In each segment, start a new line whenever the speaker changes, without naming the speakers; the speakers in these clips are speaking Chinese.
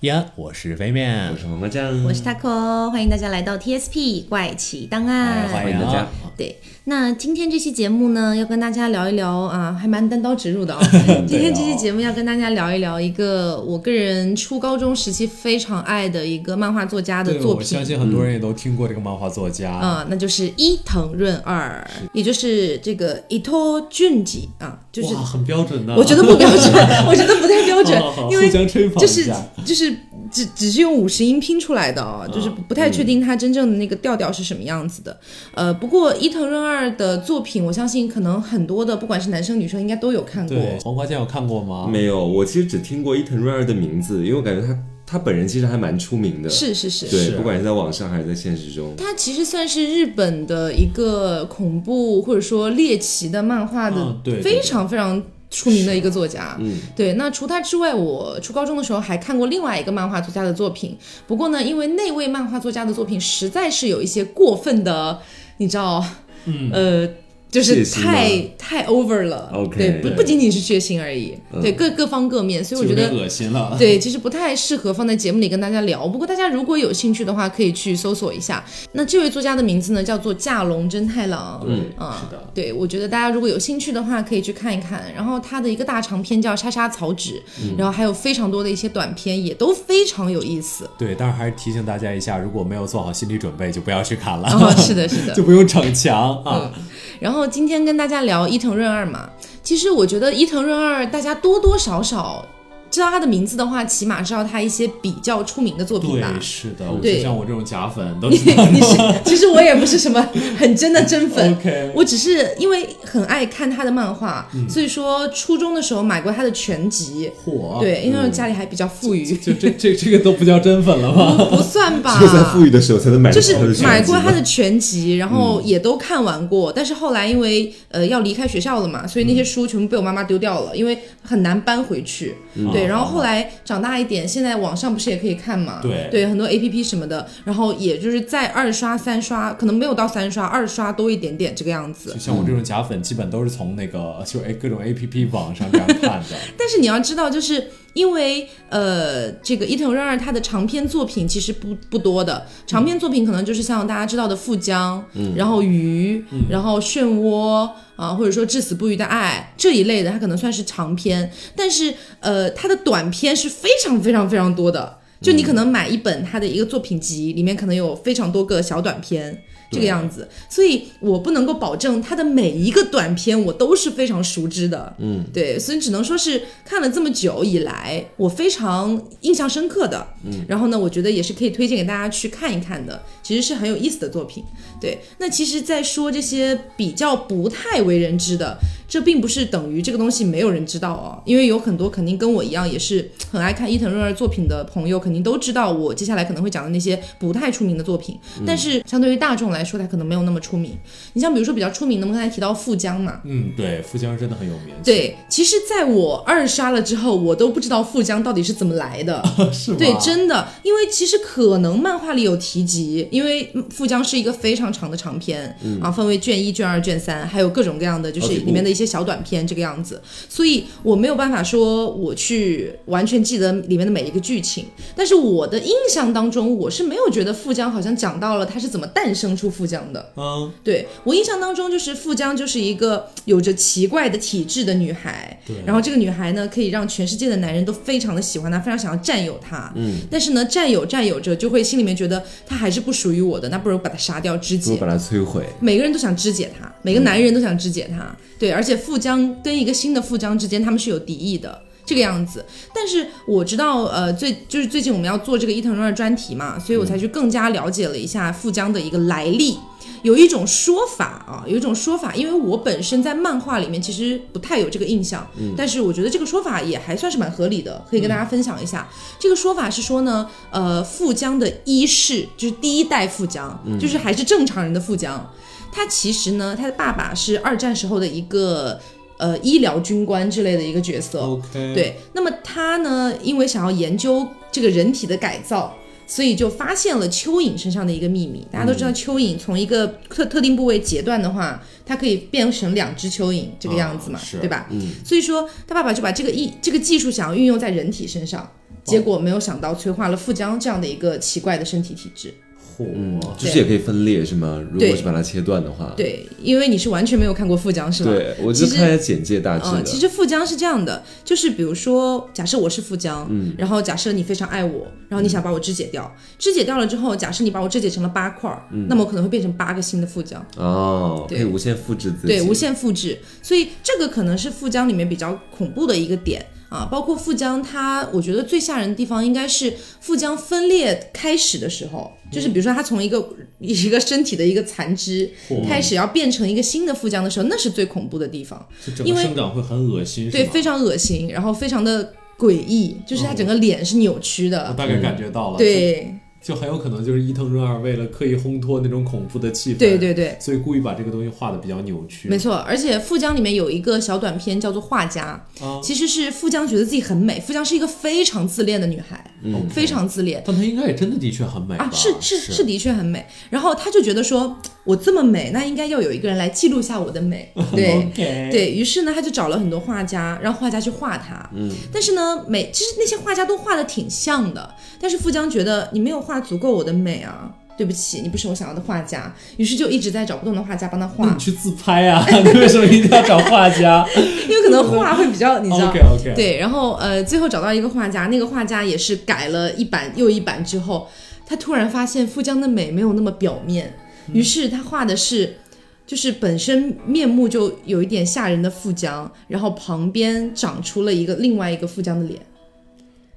呀，我是飞面
我，是萌萌
嗯
酱，
我是 Taco，欢迎大家来到 TSP 怪奇档案。
哎欢
迎大家
啊
对，那今天这期节目呢，要跟大家聊一聊啊，还蛮单刀 直入的啊、
哦
今天这期节目要跟大家聊一聊一个我个人初高中时期非常爱的一个漫画作家的
对，
作
我
品
相。信很多人也都听过这个漫画作家。
啊、那就是伊藤润二，也就是这个伊藤俊吉啊，就是
哇，很标准的。
我觉得不标 准，我觉得不太标准
好好好，
因为
互相吹捧
就
一
是
下
就是只只是用五十音拼出来的哦，就是
嗯
不太确定它真正的那个调调是什么样子的。呃，不过伊藤润二的作品，我相信可能很多的，不管是男生女生，应该都有看过。
对，黄瓜酱有看过吗？
没有，我其实只听过伊藤润二的名字，因为我感觉他他本人其实还蛮出名的，
是是是，
对，
是
不管是在网上还是在现实中，
它其实算是日本的一个恐怖或者说猎奇的漫画的
嗯对对
非常非常出名的一个作家。
嗯
对，那除他之外，我初高中的时候还看过另外一个漫画作家的作品。不过呢，因为那位漫画作家的作品实在是有一些过分的，你知道，嗯、呃，就
血
是
腥
太
吗
太 over 了。
OK 嗯
对，不
对
不仅仅是血腥而已，对各各方各面，所以我
就
觉
有点
得
恶心了。
对，其实不太适合放在节目里跟大家聊。不过大家如果有兴趣的话，可以去搜索一下。那这位作家的名字呢，叫做架龙真太郎。
嗯
啊
是的，
对，我觉得大家如果有兴趣的话，可以去看一看。然后他的一个大长篇叫《莎莎草纸》，
嗯
然后还有非常多的一些短篇，也都非常有意 思。
对，但是还是提醒大家一下，如果没有做好心理准备，就不要去看了。
哦，是的，是 的嗯
就。不用逞强啊。
然后今天跟大家聊伊藤润二嘛，其实我觉得伊藤润二大家多多少少知道他的名字的话，起码知道他一些比较出名的作品吧。
对，是的，我
对
就像我这种假粉 都
你
知 道。
你是，其实我也不是什么很真的真粉
OK 嗯
我只是因为很爱看他的漫画，所以说初中的时候买过他的全集。
火，
对，因为家里还比较富裕，
哦
哦
就这这这个都不叫真粉了吗？
不 算吧
只？有在富裕的时候才能买到
哦就是
他的全
买过
集
他的全集，然后也都看完过，但是后来因为呃要离开学校了嘛，所以那些书全部被我妈妈丢掉了，因为很难搬回去。对，然后后来长大一点，现在网上不是也可以看嘛？
对
很多 A P P 什么的，然后也就是在二刷、三刷，可能没有到三刷，二刷多一点点这个样子
就。像我这种假粉，基本都是从那个就哎各种 A P P 网上这样看的。
但是你要知道，就是因为呃，这个伊藤润二他的长篇作品其实不不多的，长篇作品可能就是像大家知道的《富江》然后《鱼》然后《漩涡》啊，或者说《至死不渝的爱》这一类的，它可能算是长篇。但是呃，它的短篇是非常非常非常多的，就你可能买一本他的一个作品集，里面可能有非常多个小短篇。这个样子，所以我不能够保证他的每一个短片我都是非常熟知的，嗯，对，所以只能说是看了这么久以来，我非常印象深刻的，嗯，然后呢，我觉得也是可以推荐给大家去看一看的，其实是很有意思的作品，对。那其实，在说这些比较不太为人知的，这并不是等于这个东西没有人知道哦，因为有很多肯定跟我一样也是很爱看伊藤润二作品的朋友，肯定都知道我接下来可能会讲的那些不太出名的作品，但是相对于大众来说，它可能没有那么出名。你像比如说比较出名的，我们刚才提到富江嘛，
嗯，对，富江真的很有名。
对，其实在我二刷了之后，我都不知道富江到底是怎么来的。
是吗？
对，真的，因为其实可能漫画里有提及，因为《富江》是一个非常长的长篇、啊，分为卷一、卷二、卷三，还有各种各样的，就是
好几部
里面的一些小短片这个样子，所以我没有办法说我去完全记得里面的每一个剧情，但是我的印象当中，我是没有觉得富江好像讲到了它是怎么诞生出富江的。
嗯，
对我印象当中，就是富江就是一个有着奇怪的体质的女孩，
对
然后这个女孩呢，可以让全世界的男人都非常的喜欢她，非常想要占有她，嗯，但是呢，占有占有着，就会心里面觉得她还是不属于我的，那不如把她杀掉肢
不如
解
把。它摧毁，
每个人都想肢解她，每个男人都想肢解她，对，而且富江跟一个新的富江之间，他们是有敌意的。这个样子，但是我知道，呃，最就是最近我们要做这个伊藤润二专题嘛，所以我才去更加了解了一下富江的一个来历。有一种说法啊，有一种说法，因为我本身在漫画里面其实不太有这个印象，但是我觉得这个说法也还算是蛮合理的，可以跟大家分享一下。这个说法是说呢，呃，富江的一世就是第一代富江，就是还是正常人的富江，他其实呢，他的爸爸是二战时候的一个呃医疗军官之类的一个角色，
OK，，
对，那么他呢，因为想要研究这个人体的改造，所以就发现了蚯蚓身上的一个秘密。大家都
嗯
知道，蚯蚓从一个特特定部位截断的话，它可以变成两只蚯蚓这个样子嘛，
啊是
对吧？所以说他爸爸就把这个一这个技术想要运用在人体身
哦
上，结果没有想到催化了富江这样的一个奇怪的身体体质。
嚯，
嗯就是也可以分裂是吗？如果是把它切断的话，
对，因为你是完全没有看过富江是吗？
对，我就
其实
看一下简介大致
嗯，
的
其。实富江是这样的，就是比如说，假设我是富江，然后假设你非常爱我，然后你想把我肢解掉，肢解掉了之后，假设你把我肢解成了八块儿，那么我可能会变成八个新的富江，
哦，可
对
以无限复制自己，
对，无限复制。所以这个可能是富江里面比较恐怖的一个点啊，包括富江它，我觉得最吓人的地方应该是富江分裂开始的时候，就是比如说它从一个一个身体的一个残肢开始要变成一个新的富江的时候，那是最恐怖的地方。
就整
因
个
为
生长会很恶心，
嗯对，
是吗
非常恶心，然后非常的诡异，就是他整个脸是扭曲
哦我
的，
大概感觉到了，
对，
就，就很有可能就是伊藤润二为了刻意烘托那种恐怖的气氛，
对对对，
所以故意把这个东西画的比较扭曲，
没错。而且富江里面有一个小短片叫做《画家》，
啊，
其实是富江觉得自己很美，富江是一个非常自恋的女孩，
嗯
非常自恋。
但她应该也真的的确很美吧
啊，是是
是
是，的确很美。然后她就觉得说，我这么美，那应该要有一个人来记录下我的 美。对，
对，
对于是呢，他就找了很多画家，让画家去画他。嗯，但是呢，每其实那些画家都画的挺像的，但是富江觉得你没有画足够我的美啊，对不起，你不是我想要的画家，于是就一直在找不同的画家帮他
那你
画，
去自拍 啊，你为什么一定要找画家
因为可能画会比较， 你知道。
？OK OK，，
对，然后呃，最后找到一个画家，那个画家也是改了一版又一版之后，他突然发现富江的美没有那么表面，
嗯
于是他画的是，就是本身面目就有一点吓人的富江，然后旁边长出了一个另外一个富江的脸，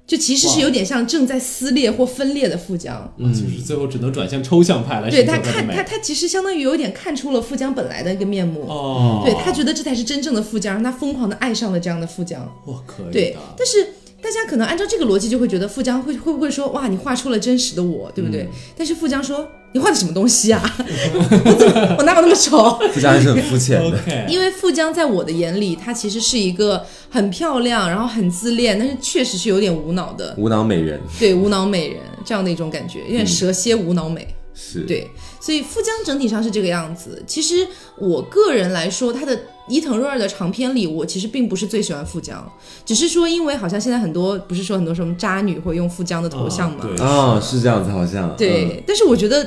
就其实是
哇
有点像正在撕裂或分裂的富江。
就是最后只能转向抽象派来寻
对
求
他
她的
看
美
他他其实相当于有点看出了富江本来的一个面目，
哦，
对他觉得这才是真正的富江，让他疯狂的爱上了这样的富江。
哇可以的，
对，但是大家可能按照这个逻辑就会觉得富江会会不会说哇，你画出了真实的我，对不
嗯
对？但是富江说你画的什么东 西啊？我怎么我哪有那么丑？
附加还是很肤浅 的。
OK，
因为富江在我的眼里，她其实是一个很漂亮，然后很自恋，但是确实是有点无脑的，
无脑美人
对无脑美人这样的一种感觉，有点蛇蝎无脑美。
是，
对，所以富江整体上是这个样子。其实我个人来说，他的伊藤润二的长篇里，我其实并不是最喜欢富江，只是说因为好像现在很多不是说很多什么渣女会用富江的头像嘛，
啊嗯
哦，是这样子，好像嗯
对，但是我觉得。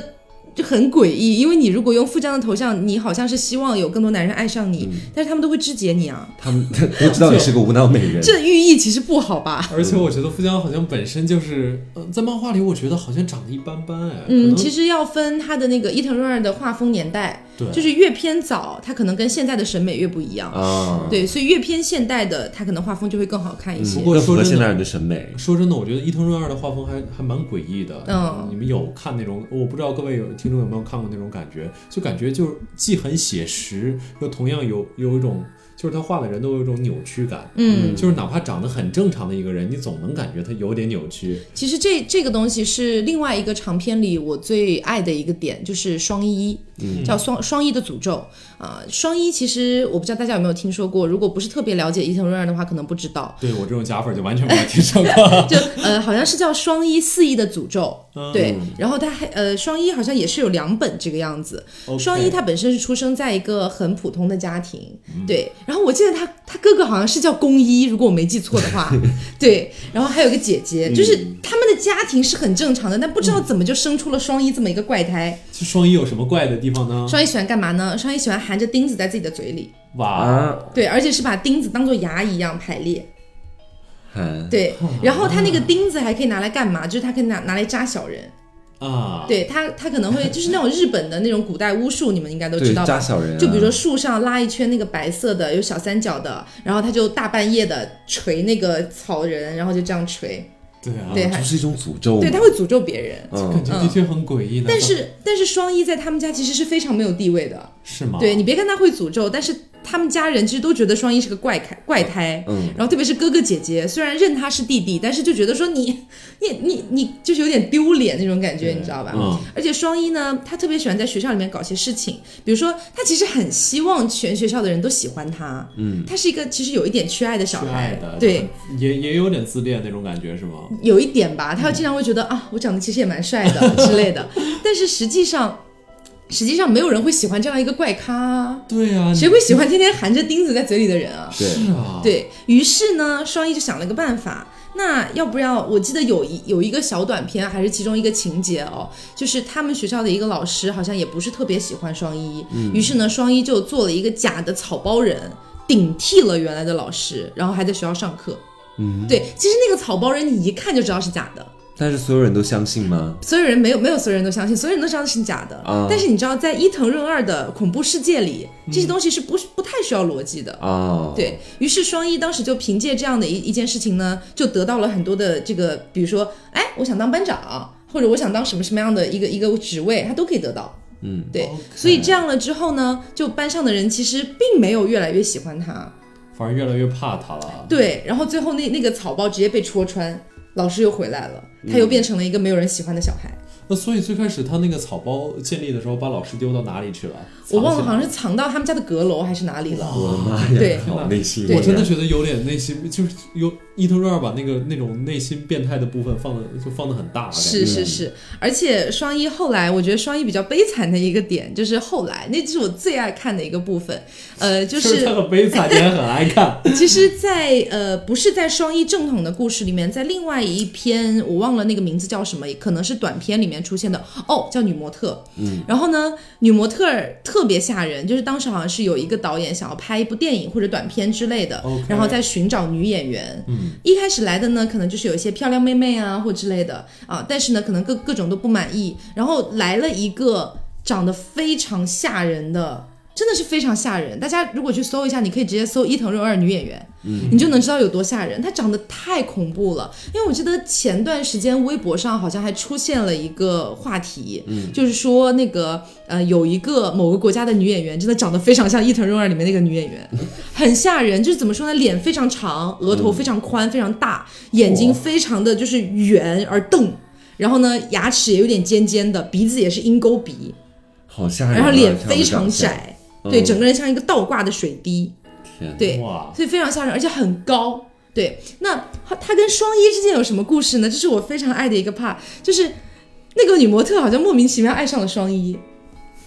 就很诡异，因为你如果用富江的头像，你好像是希望有更多男人爱上你，
嗯
但是他们都会肢解你啊，
嗯他们 都知道你是个无脑美人，
这寓意其实不好吧？
而且我觉得富江好像本身就是，呃，在漫画里我觉得好像长得一般般哎。
嗯，
可
其
能
实要分他的那个伊藤润二的画风年代，
对，
就是越偏早，他可能跟现在的审美越不一样。
啊，
对，所以越偏现代的，它可能画风就会更好看一些。
不过
更符
说
合
真
嗯现代
的，
人的审美。
说真的，我觉得伊藤润二的画风还还蛮诡异的。
嗯
你们有看那种？我不知道各位有听众有没有看过那种感觉，就感觉就是既很写实，又同样有有一种，就是他画的人都有一种扭曲感。
嗯，
就是哪怕长得很正常的一个人，你总能感觉他有点扭曲。
其实这这个东西是另外一个长片里我最爱的一个点，就是双一，叫双双一的诅咒啊、双一其实我不知道大家有没有听说过，如果不是特别了解伊藤润二的话，可能不知道。
对我这种假粉就完全没有听说 过。嗯
就呃，好像是叫双一四一的诅咒，对。然后它还呃，双一好像也是有两本这个样子。
OK
双一他本身是出生在一个很普通的家庭，对。然后我记得他他哥哥好像是叫宫一，如果我没记错的话，对。然后还有个姐姐，就是他们的家庭是很正常的，但不知道怎么就生出了双一这么一个怪胎。
这双一有什么怪的地方呢？
双一喜欢干嘛呢？双一喜欢含着钉子在自己的嘴里，
哇，
啊，
对，而且是把钉子当做牙一样排列。
还
对，然后他那个钉子还可以拿来干嘛？就是他可以拿拿来扎小人。
啊，
对他，他可能会就是那种日本的那种古代巫术，你们应该都
对
知道
扎
吧？
小人啊，
就比如说树上拉一圈那个白色的有小三角的，然后他就大半夜的捶那个草人，然后就这样捶，
对啊，
对，
这
还
是一种诅咒
对
嘛，
他会诅咒别人。
感
嗯，
觉的确很诡异呢。
啊
但是但是双一在他们家其实是非常没有地位的，
是吗？
对你别看他会诅咒，但是他们家人其实都觉得双一是个怪胎，怪胎。
嗯，
然后特别是哥哥姐姐，虽然认他是弟弟，但是就觉得说你你你你就是有点丢脸那种感觉，你知道吧？
嗯
而且双一呢，他特别喜欢在学校里面搞些事情，比如说他其实很希望全学校的人都喜欢他，嗯，他是一个其实有一点缺爱的小
缺爱
孩
的，，
对，，
也也有点自恋那种感觉是吗？
有一点吧，他经常会觉
嗯
得啊，我长得其实也蛮帅的 之类的，但是实际上。实际上没有人会喜欢这样一个怪咖啊，
对啊，
谁会喜欢天天含着钉子在嘴里的人啊？
对
是啊，，
对于是呢，双一就想了个办法。那要不要？我记得有一有一个小短片，还是其中一个情节哦，就是他们学校的一个老师好像也不是特别喜欢双一，于是呢，双一就做了一个假的草包人，顶替了原来的老师，然后还在学校上课。嗯，对，其实那个草包人你一看就知道是假的，
但是所有人都相信吗？
所有人没有没有所有人都相信，所有人都知道是假的。
啊
但是你知道，在伊藤润二的恐怖世界里，这些东西是不不太需要逻辑的。
哦，，
对于是双一当时就凭借这样的一一件事情呢，就得到了很多的这个，比如说，哎，我想当班长，或者我想当什么什么样的一个一个职位，他都可以得到。
嗯，
对所以这样了之后呢，就班上的人其实并没有越来越喜欢他，
反而越来越怕他了。
对。然后最后那那个草包直接被戳穿，老师又回来了，他又变成了一个没有人喜欢的小孩。
那所以最开始他那个草包建立的时候，把老师丢到哪里去了？
我忘了，好
藏
像是藏到他们家的阁楼还是哪里了。
我的妈呀，
对
好内心
起来。
阴
我
暗，
真的觉得有点内心，就是有伊藤润二把那个那种内心变态的部分放的就放的很嗯大，啊
是
感觉
是是，而且双一后来，我觉得双一比较悲惨的一个点就是后来，那就是我最爱看的一个部分。呃，就是
不是他
是
很悲惨，你也很爱看。
其实在，呃不是在双一正统的故事里面，在另外一篇我忘了那个名字叫什么，可能是短片里面出现的哦，叫女模特。嗯，然后呢，女模特儿特别吓人，就是当时好像是有一个导演想要拍一部电影或者短片之类的
OK
然后再寻找女演员。一开始来的呢，可能就是有一些漂亮妹妹啊或之类的啊，但是呢，可能各各种都不满意，然后来了一个长得非常吓人的。真的是非常吓人，大家如果去搜一下，你可以直接搜伊藤润二女演员，你就能知道有多吓人。她长得太恐怖了，因为我记得前段时间微博上好像还出现了一个话题，就是说那个呃有一个某个国家的女演员真的长得非常像伊藤润二里面那个女演员，很吓人，就是怎么说呢？脸非常长，额头非常宽、非常大，眼睛非常的就是圆而瞪，然后呢，牙齿也有点尖尖的，鼻子也是鹰钩鼻，
好吓人啊，
然后脸
这样的
非常
长相，
窄，对，
嗯
整个人像一个倒挂的水滴，
天
对，
哇，
所以非常吓人，而且很高。对，那他他跟双一之间有什么故事呢？这是我非常爱的一个 part，就是那个女模特好像莫名其妙爱上了双一，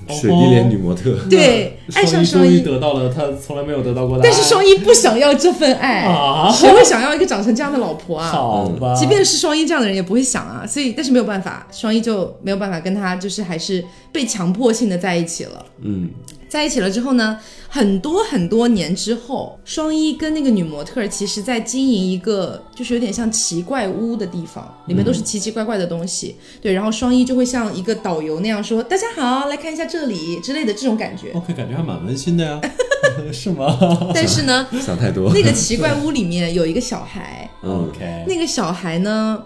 水滴脸女模特，
对， 爱
双
上双
一终于
一，
得到了他从来没有得到过的爱，
但是双一不想要这份爱，
啊
谁会想要一个长成这样的老婆啊？
好吧，
即便是双一这样的人也不会想啊，所以但是没有办法，双一就没有办法跟他就是还是被强迫性的在一起了。
嗯，
在一起了之后呢，很多很多年之后，双一跟那个女模特儿其实在经营一个就是有点像奇怪屋的地方，里面都是奇奇怪怪的东西。对，然后双一就会像一个导游那样说：“大家好，来看一下这里”之类的这种感觉。
OK，感觉还蛮温馨的呀， 是吗
但是呢，
想太多，
那个奇怪屋里面有一个小孩，
嗯，
？OK，
那个小孩呢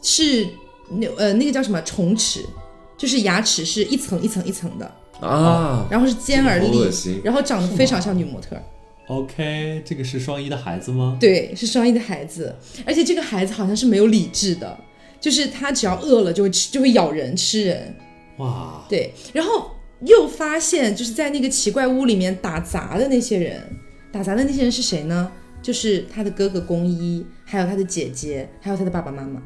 是那呃那个叫什么虫齿，就是牙齿是一层一层一层的，
啊，
然后是尖而
这个好恶
立
心，
然后长得非常像女模特儿。
OK，这个是双一的孩子吗？
对，是双一的孩子，而且这个孩子好像是没有理智的，就是他只要饿了就会吃，就会咬人吃人。
哇，
对，然后又发现就是在那个奇怪屋里面打杂的那些人，打杂的那些人是谁呢？就是他的哥哥宫一，还有他的姐姐，还有他的爸爸妈妈。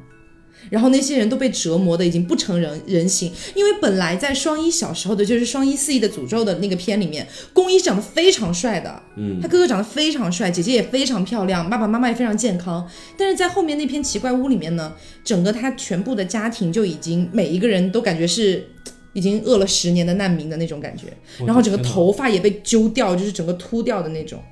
然后那些人都被折磨的已经不成人人形，因为本来在双一小时候的，就是双一肆意的诅咒的那个片里面，宫一是长得非常帅的，
嗯，
他哥哥长得非常帅，姐姐也非常漂亮，爸爸妈妈也非常健康。但是在后面那篇奇怪屋里面呢，整个他全部的家庭就已经每一个人都感觉是嘖已经饿了十年的难民的那种感觉，
我的
然后整个
天哪
头发也被揪掉，就是整个秃掉的那种。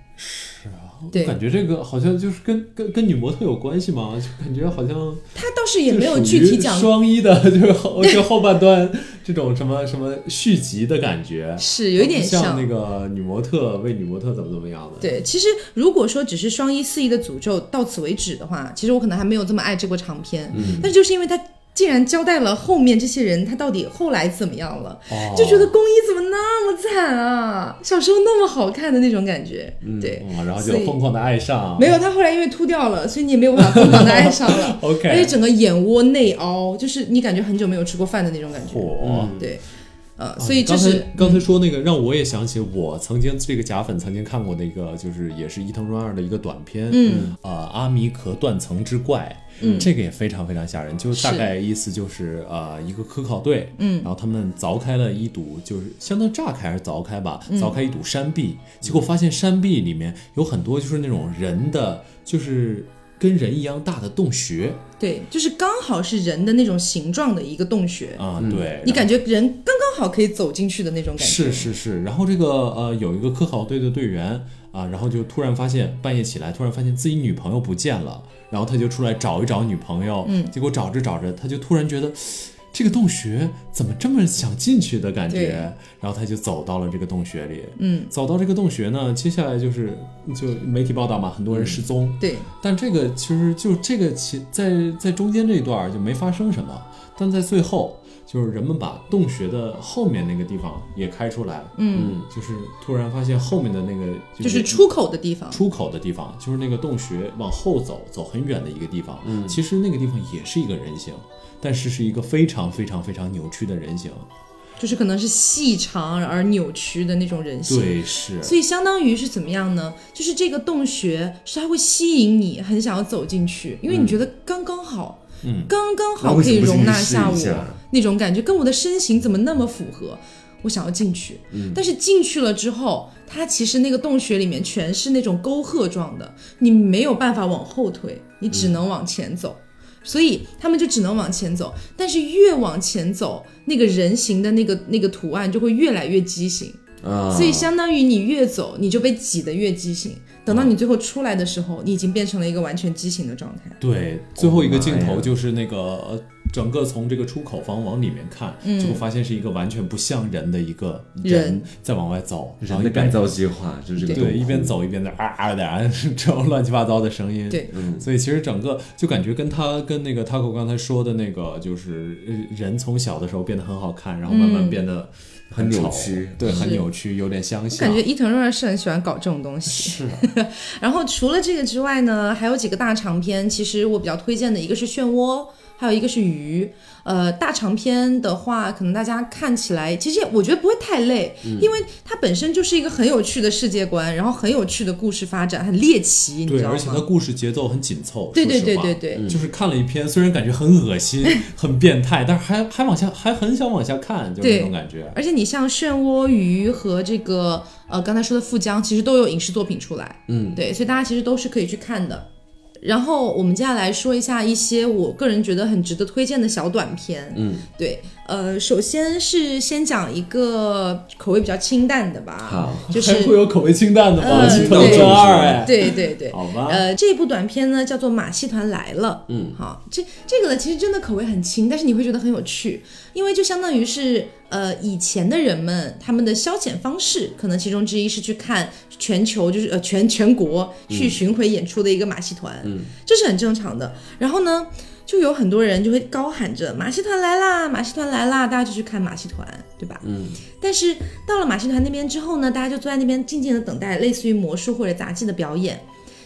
对
我感觉这个好像就是跟跟跟女模特有关系吗？就感觉好像
他倒是也没有
就属
具
于
体讲，
双一的， 就是后就后半段这种什么什么续集的感觉，
是有一点
不像那个女模特为女模特怎么怎么样的。
对，其实如果说只是双一四一的诅咒到此为止的话，其实我可能还没有这么爱这部长片。嗯，但是就是因为他竟然交代了后面这些人他到底后来怎么样了，
哦，
就觉得宫一怎么那么惨啊？哇，小时候那么好看的那种感觉，对。
嗯，然后就
所以
疯狂的爱上，。
没有，他后来因为秃掉了，所以你也没有办法疯狂的爱上了而且
OK，
整个眼窝内凹，就是你感觉很久没有吃过饭的那种感觉。
火。
对，呃，
啊
所以
哦刚
就
才
是、
刚才说那个，让我也想起我曾经这个假粉曾经看过那个，就是也是伊藤润二的一个短片，
嗯，
呃，阿弥壳断层之怪，
嗯
这个也非常非常吓人，就是大
是
概意思就是呃，一个科考队，
嗯
然后他们凿开了一堵，就是相当于炸开还是凿开吧，
嗯
凿开一堵山壁，结果发现山壁里面有很多就是那种人的，就是跟人一样大的洞穴
对，就是刚好是人的那种形状的一个洞穴，
啊，
嗯
对，
你感觉人刚刚好可以走进去的那种感觉。
是是是，然后这个呃，有一个科考队的队员啊，然后就突然发现半夜起来，突然发现自己女朋友不见了，然后他就出来找一找女朋友，
嗯，
结果找着找着，他就突然觉得。这个洞穴怎么这么想进去的感
对
觉？然后他就走到了这个洞穴里。
嗯，
走到这个洞穴呢，接下来就是就媒体报道嘛，很多人失踪，
对，
但这个其实就这个其在在中间这一段儿就没发生什么，但在最后就是人们把洞穴的后面那个地方也开出来，
嗯，
嗯
就是突然发现后面的那个
就是出口的地方。
出口的地方，就是那个洞穴往后走走很远的一个地方，
嗯
其实那个地方也是一个人形，但是是一个非常非常非常扭曲的人形，
就是可能是细长而扭曲的那种人形。
对，是，
所以相当于是怎么样呢？就是这个洞穴是它会吸引你，很想要走进去，因为你觉得刚刚好，
嗯
刚刚
那
好
为
可
什
以
么不进
容
去
纳
试
下
一
我
下
那种感觉，跟我的身形怎么那么符合？我想要进去，
嗯
但是进去了之后，它其实那个洞穴里面全是那种沟壑状的，你没有办法往后退，你只能往前走。所以他们就只能往前走，但是越往前走，那个人形的那个那个图案就会越来越畸形，
啊，
嗯所以相当于你越走，你就被挤得越畸形。等到你最后出来的时候，你已经变成了一个完全畸形的状态。
对，最后一个镜
妈
头
呀
就是那个呃整个从这个出口房往里面看，
嗯
结果发现是一个完全不像人的一个
人
在往外走，然
人
后
的
一
改
边
造计划就是这个
对
洞
一边
窟
走一边在啊啊的 啊，这种乱七八糟的声音。
对，
嗯
所以其实整个就感觉跟他跟那个 Taco 刚才说的那个，就是呃人从小的时候变得很好看，然后慢慢
嗯
变得
很扭
丑
曲
对，很
是
扭曲，有点相
我
像
感。觉伊藤润二是很喜欢搞这种东西。
是，
然后除了这个之外呢，还有几个大长篇，其实我比较推荐的一个是《漩涡》，还有一个是《鱼》。呃，大长篇的话，可能大家看起来其实也我觉得不会太累，因为它本身就是一个很有趣的世界观，然后很有趣的故事发展，很猎奇，你
对，
知道
而且它
吗？
故事节奏很紧凑。
对
说
对
实
对
话
对对，
就是看了一篇，虽然感觉很恶心、 很变态，但是还还往下，还很想往下看，就是
对
那种感觉。
而且你像漩涡鱼和这个呃刚才说的富江，其实都有影视作品出来，
嗯，
对，所以大家其实都是可以去看的。然后我们接下来说一下一些我个人觉得很值得推荐的小短片，
嗯，
对，呃，首先是先讲一个口味比较清淡的吧，
好，
就是
还会有口味清淡的吗？
呃
鸡头
对
周二哎，
对对对，
好吧，
呃，这部短片呢叫做《马戏团来了》。
嗯，
好，这这个呢其实真的口味很轻，但是你会觉得很有趣，因为就相当于是呃以前的人们他们的消遣方式，可能其中之一是去看全球就是呃全全国去巡回演出的一个马戏团，
嗯，
这是很正常的。然后呢，就有很多人就会高喊着“马戏团来啦，马戏团来啦”，大家就去看马戏团，对吧？
嗯，
但是到了马戏团那边之后呢，大家就坐在那边静静的等待，类似于魔术或者杂技的表演。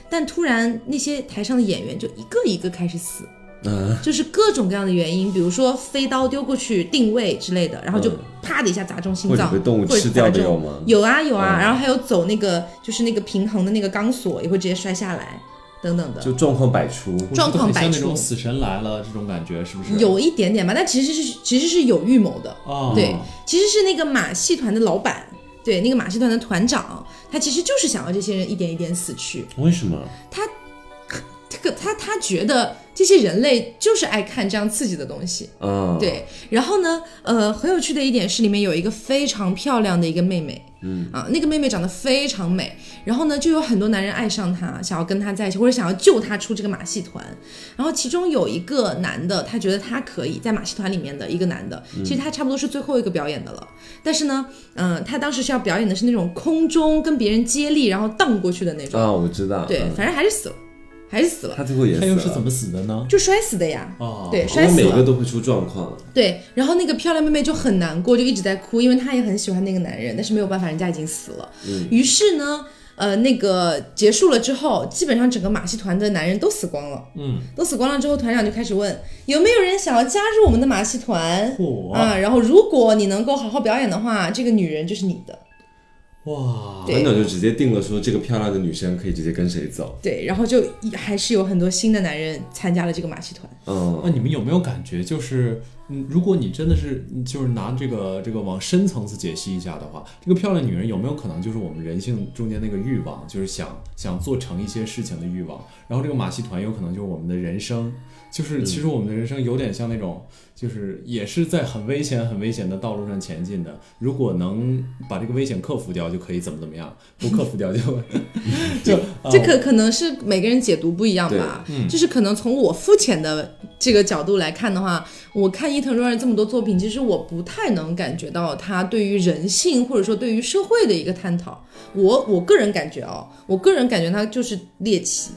但突然，那些台上的演员就一个一个开始死，
嗯
就是各种各样的原因，比如说飞刀丢过去定位之类的，然后就
嗯
啪的一下砸中心
或者
脏，
被动物
或者
吃掉的
砸中
有吗？
有啊有啊，
嗯
然后还有走那个就是那个平衡的那个钢索也会直接摔下来，等等的。
就状况百出，
我
状
觉得
况
很
百
像那
出
种死神来了这种感觉，是不是？
有一点点吧，但其实是其实是有预谋的，
哦
啊，
对，其实是那个马戏团的老板，对，那个马戏团的团长，他其实就是想要这些人一点一点死去。
为什么？
这个他他觉得这些人类就是爱看这样刺激的东西，
嗯，，
对。然后呢，呃，很有趣的一点是，里面有一个非常漂亮的一个妹妹，
嗯
啊，那个妹妹长得非常美。然后呢，就有很多男人爱上她，想要跟她在一起，或者想要救她出这个马戏团。然后其中有一个男的，他觉得他可以在马戏团里面的一个男的，
嗯
其实他差不多是最后一个表演的了。但是呢，嗯、他当时是要表演的是那种空中跟别人接力，然后荡过去的那种。
啊，我知道，
对，
嗯
反正还是死了。还是死了，
他最后也
他又是怎
么？
么死的呢？
就摔死的呀。
哦，
对，
好
摔
像
死
每个
了。
都会出状况，
对，然后那个漂亮妹妹就很难过，就一直在哭，因为她也很喜欢那个男人，但是没有办法，人家已经死了。
嗯
于是呢，呃，那个结束了之后，基本上整个马戏团的男人都死光了。
嗯，
都死光了之后，团长就开始问有没有人想要加入我们的马戏团
嚯
啊？然后如果你能够好好表演的话，这个女人就是你的。
哇，
对
团长就直接定了说这个漂亮的女生可以直接跟谁走。
对，然后就一还是有很多新的男人参加了这个马戏团。
嗯，
那
哦
你们有没有感觉，就是，嗯，如果你真的是，嗯就是拿这个这个往深层次解析一下的话，这个漂亮女人有没有可能就是我们人性中间那个欲望，就是想想做成一些事情的欲望，然后这个马戏团有可能就是我们的人生，就是其实我们的人生有点像那种，就是也是在很危险、很危险的道路上前进的。如果能把这个危险克服掉，就可以怎么怎么样；不克服掉就 就、呃
这可可能是每个人解读不一样吧，就是可能从我肤浅的这个角度来看的话，我看伊藤润二这么多作品，其实我不太能感觉到他对于人性或者说对于社会的一个探讨。我我个人感觉哦，我个人感觉他就是猎奇，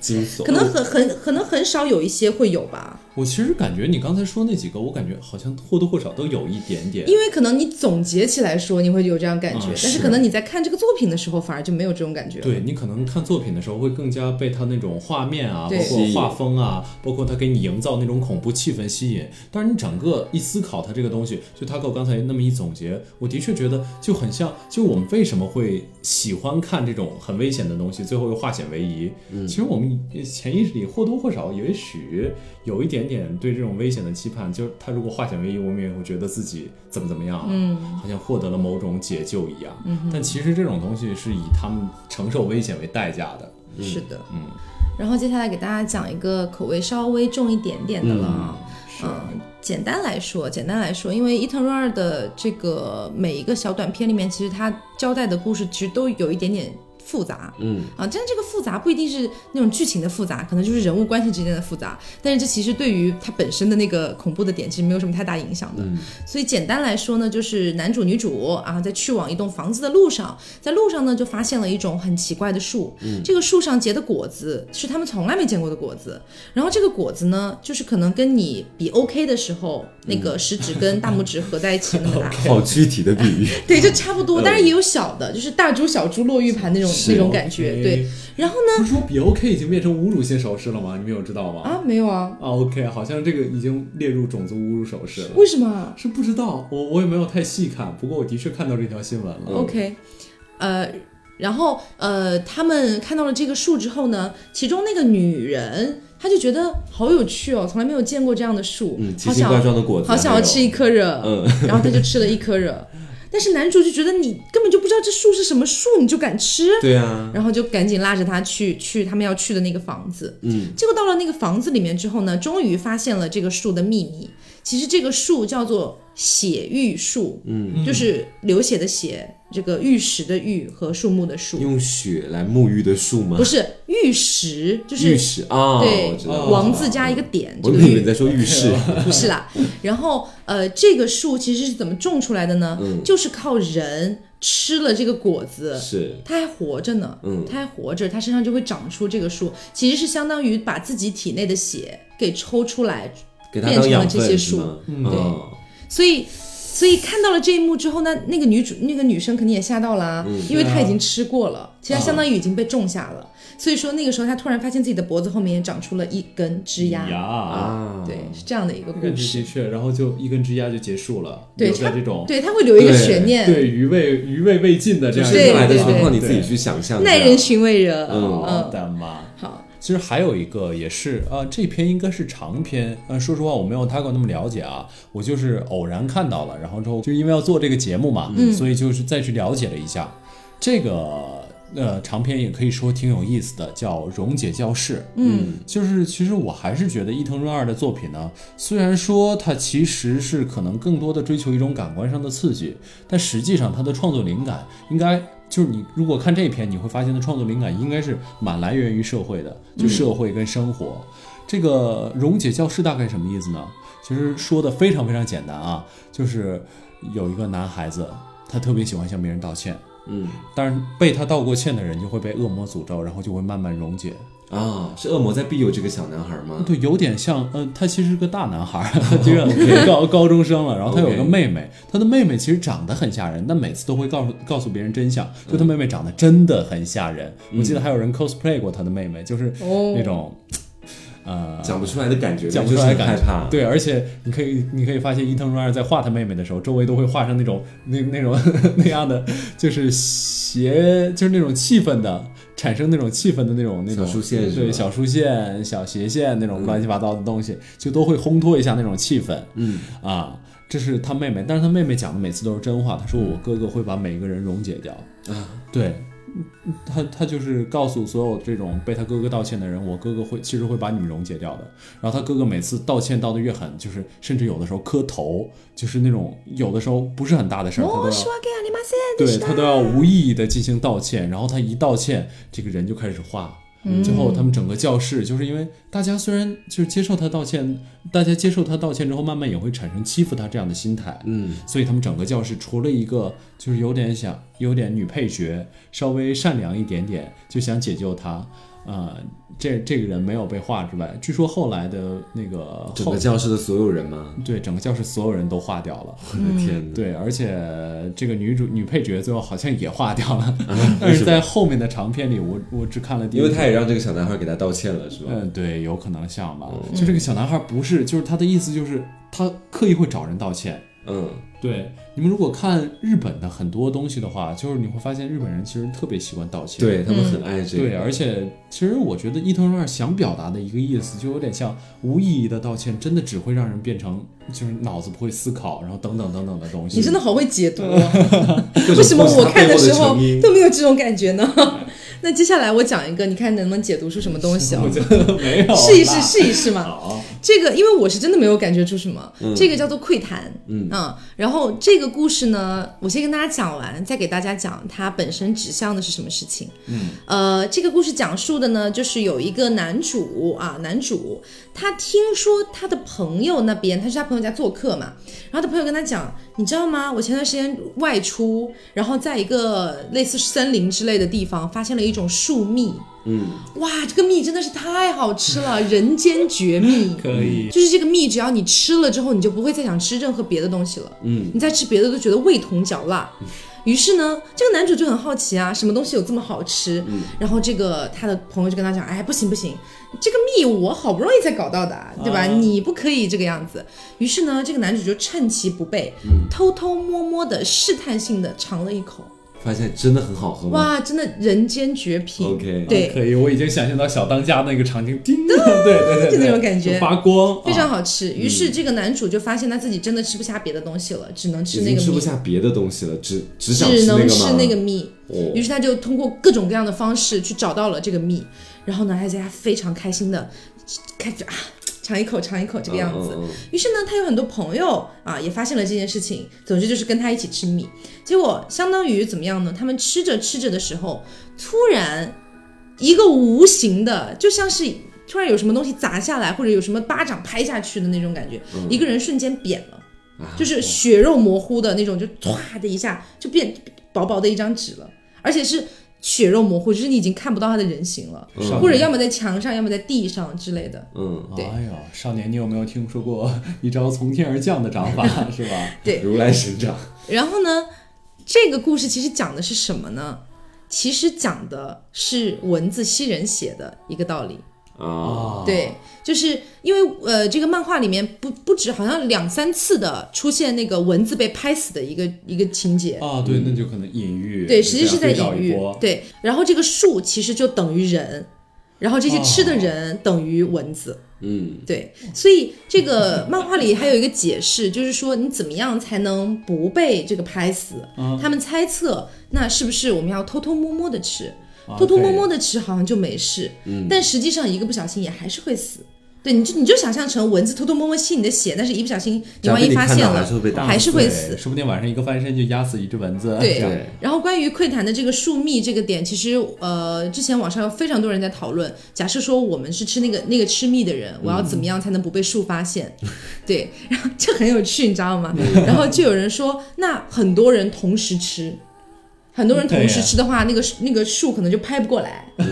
惊悚，
可能很很可能很少有一些会有吧，
我其实感觉你刚才说那几个，我感觉好像或多或少都有一点点。
因为可能你总结起来说你会有这样感觉，
啊
但
是
是可能你在看这个作品的时候反而就没有这种感觉了。
对你可能看作品的时候，会更加被他那种画面啊，包
对
括画风啊，包括他给你营造那种恐怖气氛吸引。但是你整个一思考他这个东西，就他给我刚才那么一总结，我的确觉得就很像，就我们为什么会喜欢看这种很危险的东西，最后又化险为夷？其实我们潜意识里或多或少，也许有一点点对这种危险的期盼。就是他如果化险为夷，我们也会觉得自己怎么怎么样，嗯，好像获得了某种解救一样。嗯，但其实这种东西是以他们承受危险为代价的。
是的，
嗯。
然后接下来给大家讲一个口味稍微重一点点的了啊，嗯、简单来说，简单来说，因为伊藤润二的这个每一个小短片里面，其实他交代的故事其实都有一点点复杂，
嗯
啊，但是这个复杂不一定是那种剧情的复杂，可能就是人物关系之间的复杂，但是这其实对于它本身的那个恐怖的点其实没有什么太大影响的。所以简单来说呢，就是男主女主啊，在去往一栋房子的路上，在路上呢就发现了一种很奇怪的树，这个树上结的果子是他们从来没见过的果子。然后这个果子呢，就是可能跟你比 OK 的时候，那个食指跟大拇指合在一起那么大。
好具体的比喻，
对，就差不多，当然也有小的，就是大珠小珠落玉盘那种那种感觉，
OK
对。然后呢？
不是说比 OK 已经变成侮辱性手势了吗？你们有知道吗？
啊，没有啊，
啊，OK，好像这个已经列入种族侮辱手势了。
为什么啊
是不知道，我我也没有太细看，不过我的确看到这条新闻
嗯
了。
？OK，呃，然后呃，他们看到了这个树之后呢，其中那个女人她就觉得好有趣哦，从来没有见过这样的树，
嗯，奇
好
形怪
想
状的果子，
好想要吃一颗惹，
嗯
然后她就吃了一颗惹，但是男主就觉得你根本就不知道这树是什么树，你就敢吃，
对啊，
然后就赶紧拉着他去去他们要去的那个房子。
嗯，
结果到了那个房子里面之后呢，终于发现了这个树的秘密。其实这个树叫做血玉树，嗯，就是流血的血，这个玉石的玉和树木的树，
用血来沐浴的树吗
不？是玉石，就
浴
是
室啊，
对
我知道，嗯
王字加一个点，这
我
个
以为
玉
你在说浴室，
不是啦。然后呃，这个树其实是怎么种出来的呢？
嗯
就是靠人吃了这个果子，
是
它还活着呢，
嗯
它还活着，它身上就会长出这个树，其实是相当于把自己体内的血给抽出来，
给它
变
当
成了
养
这些
分是
树
吗？
嗯
哦
所以。所以看到了这一幕之后呢，那个女主那个女生肯定也吓到了、啊，因为
对啊
她已经吃过了，
啊
其实她相当于已经被种下了。所以说那个时候她突然发现自己的脖子后面也长出了一根枝
嗯呀
丫，
啊，
对，是这样的一个
这个的
故事。
确，然后就一根枝丫就结束了，
对
留在
它
这种
对，她会留一个
对
悬念，
对余味余味未尽的这
就
样
是
一个
对
来的
对对
情况你自己去想象一下，
耐人寻味惹。
嗯
好的嘛。
好，
其实还有一个也是啊、呃这篇应该是长篇，呃，说实话我没有 Taco 那么了解啊，我就是偶然看到了，然后之后就因为要做这个节目嘛，所以就是再去了解了一下这个。呃，长篇也可以说挺有意思的，叫《溶解教室》。
嗯，
就是其实我还是觉得伊藤润二的作品呢，虽然说它其实是可能更多的追求一种感官上的刺激，但实际上它的创作灵感应该就是你如果看这篇，你会发现它创作灵感应该是蛮来源于社会的，就社会跟生活。这个溶解教室大概什么意思呢？其实说的非常非常简单啊，就是有一个男孩子，他特别喜欢向别人道歉，
嗯，
但是被他道过歉的人就会被恶魔诅咒，然后就会慢慢溶解。
啊，是恶魔在庇佑这个小男孩吗？
对，有点像，呃，他其实是个大男孩儿，他居然高高中生了，然后他有个
OK
妹妹，他的妹妹其实长得很吓人，但每次都会告诉告诉别人真相，就他妹妹长得真的很吓人。我记得还有人 cosplay 过他的妹妹，就是
哦
那种，呃。
讲不出来的感觉，
讲不
就
出
是
来
很
的
害
感觉
怕。，
对，而且你可以，你可以发现伊藤润二在画他妹妹的时候，周围都会画上那种那那种 那样的，就是斜，就是那种气氛的，产生那种气氛的那种那种
小竖线是
对
吧
小竖线、小斜线那种乱七八糟的东西，就都会烘托一下那种气氛。
嗯
啊，这是他妹妹，但是他妹妹讲的每次都是真话。他说我哥哥会把每一个人溶解掉。
嗯啊，
对，嗯他他就是告诉所有这种被他哥哥道歉的人，我哥哥会其实会把你们溶解掉的。然后他哥哥每次道歉道的越狠，就是甚至有的时候磕头，就是那种有的时候不是很大的事儿，他都
哦，
要
是我给你们
对他都要无意义的进行道歉，然后他一道歉，这个人就开始化。
嗯
最后他们整个教室，就是因为大家虽然就是接受他道歉，大家接受他道歉之后，慢慢也会产生欺负他这样的心态。
嗯，
所以他们整个教室除了一个就是有点想有点女配角，稍微善良一点点，就想解救他，呃，这这个人没有被化之外，据说后来的那个
整
后
个教室的所有人吗？
对整个教室所有人都化掉了。
我的天哪！
对，而且这个女主女配角最后好像也化掉 了，但
为
是
什么
在后面的长片里，我我只看了第一
因为
集。
他也让这个小男孩给他道歉了，是吧？
嗯，对，有可能像吧。
嗯
就这个小男孩不是，就是他的意思就是他刻意会找人道歉。
嗯，
对，你们如果看日本的很多东西的话，就是你会发现日本人其实特别习惯道歉。
对他们很爱这个。
对，啊而且其实我觉得伊藤润二想表达的一个意思，就有点像无意义的道歉，真的只会让人变成就是脑子不会思考，然后等等等等的东西。
你真的好会解读、啊。
各种
为什么
故事
我
它
看
背
的
后的
时候
成因
都没有这种感觉呢？ 那接下来我讲一个，你看能不能解读出什么东西 啊？
没有
试一试，
啦
试一试嘛。
好，嗯
这个，因为我是真的没有感觉出什么。这个叫做窥探，嗯然后这个故事呢，我先跟大家讲完，再给大家讲它本身指向的是什么事情。嗯，呃，这个故事讲述的呢，就是有一个男主啊，男主他听说他的朋友那边，他去他朋友家做客嘛，然后他朋友跟他讲，你知道吗？我前段时间外出，然后在一个类似森林之类的地方，发现了一种树蜜。哇，这个蜜真的是太好吃了，人间绝蜜。
可以。
就是这个蜜，只要你吃了之后，你就不会再想吃任何别的东西了。嗯，你再吃别的都觉得味同嚼蜡。
嗯
于是呢，这个男主就很好奇啊，什么东西有这么好吃？
嗯
然后这个他的朋友就跟他讲，哎，不行不行，这个蜜我好不容易才搞到的啊，对吧？
啊
你不可以这个样子。于是呢，这个男主就趁其不备，
嗯
偷偷摸摸的试探性的尝了一口，
发现真的很好喝吗
哇，真的人间绝品。
？OK，
对
可以，我已经想象到小当家那个场景， 叮，对对对，
就那
对
种感觉
就发光，
非常
啊
好吃。于
嗯
是这个男主就发现他自己真的吃不下别的东西了，只能吃
已
那
经
个
吃不
蜜，
下别的东西了，只只想
只
那
能
个
吃
吗？
那个蜜。
哦
于是他就通过各种各样的方式去找到了这个蜜，然后呢，他在家非常开心的开始啊尝一口尝一口这个样子。
嗯嗯
于是呢，他有很多朋友啊，也发现了这件事情。总之就是跟他一起吃米，结果相当于怎么样呢？他们吃着吃着的时候，突然一个无形的，就像是突然有什么东西砸下来，或者有什么巴掌拍下去的那种感觉，一个人瞬间扁了，就是血肉模糊的那种，就唰的一下就变薄薄的一张纸了，而且是。血肉模糊，就是你已经看不到他的人形了，
嗯
或者要么在墙上，要么在地上之类的。
嗯
对
哎呦，少年，你有没有听说过一招从天而降的掌 法，是吧？
对，
如来神掌，
然后呢，这个故事其实讲的是什么呢？其实讲的是文字吸人血的一个道理。
啊，
啊，
对，就是因为呃，这个漫画里面不不止好像两三次的出现那个蚊子被拍死的一个一个情节。
啊，对，那就可能隐喻，
对，实际是在
这样
隐
对照一
喻
波。
对，然后这个树其实就等于人，然后这
哦
些吃的人等于蚊子。
嗯，
对，所以这个漫画里还有一个解释，就是说你怎么样才能不被这个拍死？
嗯
他们猜测，那是不是我们要偷偷摸摸的吃？
啊
啊
偷偷摸摸的吃好像就没事，
嗯
但实际上一个不小心也还是会死。对，你就你就想象成蚊子偷偷摸摸吸你的血，但是一不小心你
只要
万
被
一
你
发
看
现
到还
了
是会被，打
还是会
对
死。
说不定晚上一个翻身就压死一只蚊子。
对
这样
对
然后关于窥探的这个树蜜这个点，其实呃，之前网上有非常多人在讨论。假设说我们是吃那个那个吃蜜的人，我要怎么样才能不被树发现？
嗯
对，然后这很有趣，你知道吗？然后就有人说，那很多人同时吃。很多人同时
对呀嗯
吃的话，那个那个数可能就拍不过来，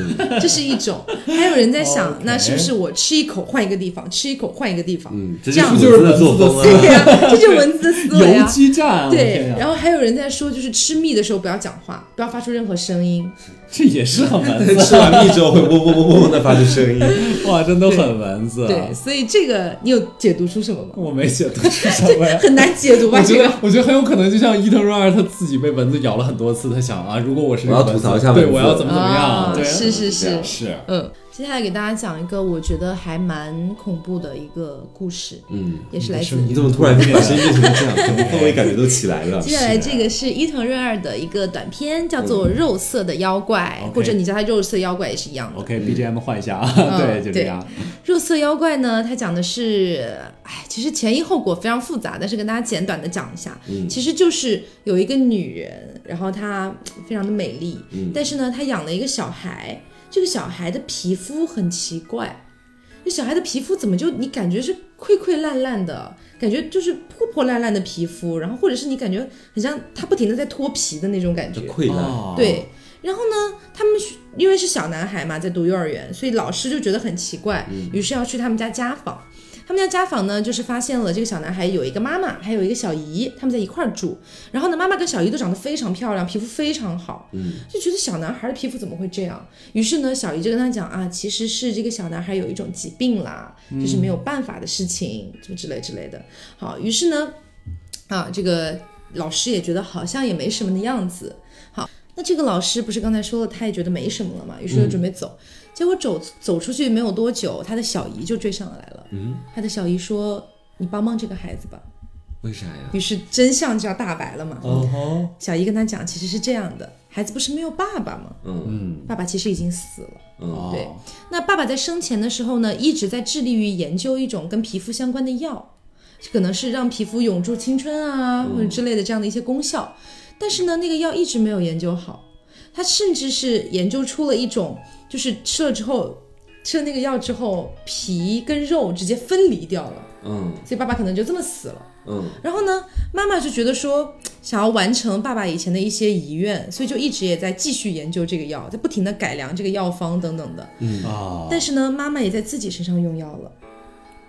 这是一种。还有人在想
OK
那是不是我吃一口换一个地方，吃一口换一个地方？
嗯，这
这样
文
就是
字的
文字
作
的
风
思
啊。
对呀、这就是文字的思维
游
啊。
击战，我
对
天，呀
然后还有人在说，就是吃蜜的时候不要讲话，不要发出任何声音。
这也是很文 字，
吃完蜜之后会嗡嗡嗡嗡嗡的发出 声音，
哇，真的很文字啊
对，！所以这个你有解读出什么吗？？
我没解读是什么呀
很难解读吧？
我觉
这
得
个，
我觉得很有可能就像伊藤润二他自己被蚊子咬了很多次，他想啊，如果我是
我要
个蚊子
吐槽一下蚊
对，
子
我要怎么怎么
啊
样？对，
是是
这
是
样，
是，
嗯。接下来给大家讲一个我觉得还蛮恐怖的一个故事，
嗯，
也是来
你
自
声音
你怎么突然把声音变成这样，整个氛围感觉都起来了。
接下来这个是伊藤润二的一个短片，叫做《肉色的妖怪》，
嗯 OK
或者你叫它《肉色妖怪》也是一样的。
OK，BGM 换一下
嗯
啊，对，就这样。
肉色妖怪呢，它讲的是，哎，其实前因后果非常复杂，但是跟大家简短的讲一下。
嗯
其实就是有一个女人，然后她嗯非常的美丽，
嗯
但是呢，她养了一个小孩，这个小孩的皮肤很奇怪，这小孩的皮肤怎么就你感觉是溃溃烂烂的，感觉就是破破烂烂的皮肤，然后或者是你感觉很像他不停的在脱皮的那种感觉
就，溃烂，
哦，
对，然后呢，他们是因为是小男孩嘛，在读幼儿园，所以老师就觉得很奇怪，于是要去他们家家访。他们家家访呢，就是发现了这个小男孩有一个妈妈，还有一个小姨，他们在一块儿住。然后呢，妈妈跟小姨都长得非常漂亮，皮肤非常好，
嗯，
就觉得小男孩的皮肤怎么会这样？于是呢，小姨就跟他讲啊，其实是这个小男孩有一种疾病啦，就是没有办法的事情，什么之类之类的。好，于是呢，啊，这个老师也觉得好像也没什么的样子，那这个老师不是刚才说了，他也觉得没什么了嘛，于是就准备走。结果走走出去没有多久，他的小姨就追上来了。嗯，他的小姨说：“你帮帮这个孩子吧。
为啥呀”？
于是真相就要大白了嘛。
嗯哼，
小姨跟他讲，其实是这样的，孩子不是没有爸爸吗？
嗯
爸爸其实已经死了。
嗯，
对那爸爸在生前的时候呢，一直在致力于研究一种跟皮肤相关的药，可能是让皮肤永驻青春啊，或者之类的这样的一些功效。但是呢，那个药一直没有研究好，他甚至是研究出了一种，就是吃了之后，吃了那个药之后，皮跟肉直接分离掉了，
嗯
所以爸爸可能就这么死了。
嗯
然后呢，妈妈就觉得说想要完成爸爸以前的一些遗愿，所以就一直也在继续研究这个药，在不停的改良这个药方等等的。
啊，
但是呢，妈妈也在自己身上哦用药了，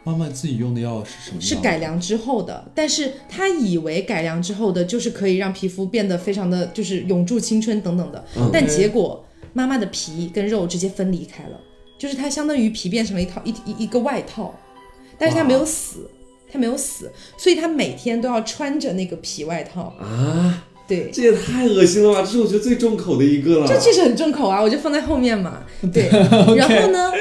妈妈自己用的药是什么？
是改。良之后的。但是她以为改良之后的就是可以让皮肤变得非常的就是永驻青春等等的，
嗯
但结果妈妈的皮跟肉直接分离开了，就是她相当于皮变成了一套一一一个外套，但是她没有死，她没有死，所以她每天都要穿着那个皮外套。
啊，
对，
这也太恶心了吧！这是我觉得最重口的一个了。
这确实很重口啊，我就放在后面嘛。对，然后呢，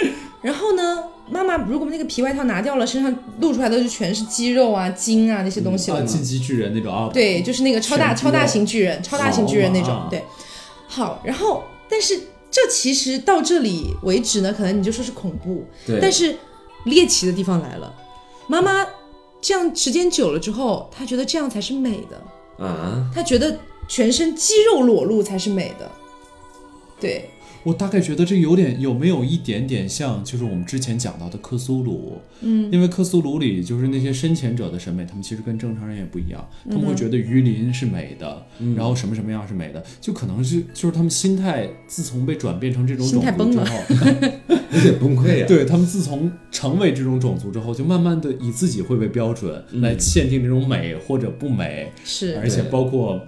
然后呢，妈妈如果那个皮外套拿掉了，身上露出来的就全是肌肉啊、筋啊那些东西了
啊，
嘛。
进击巨人那种啊，
对，就是那个超大
全肌
超大
肉
型巨人，超大型巨人那种
好嘛。
对，好，然后但是这其实到这里为止呢，可能你就说是恐怖，
对，
但是猎奇的地方来了，妈妈这样时间久了之后，她觉得这样才是美的。
啊，
他觉得全身肌肉裸露才是美的。对，
我大概觉得这有点有没有一点点像，就是我们之前讲到的克苏鲁，嗯，因为克苏鲁里就是那些深潜者的审美，他们其实跟正常人也不一样，
嗯
他们会觉得鱼鳞是美的，然后什么什么样是美的，就可能是就是他们心态自从被转变成这种
心
种
态
族之
崩了
后，
有点崩溃啊。
对他们自从成为这种种族之后，就慢慢的以自己会为标准来限定这种美或者不美，
是
而且包括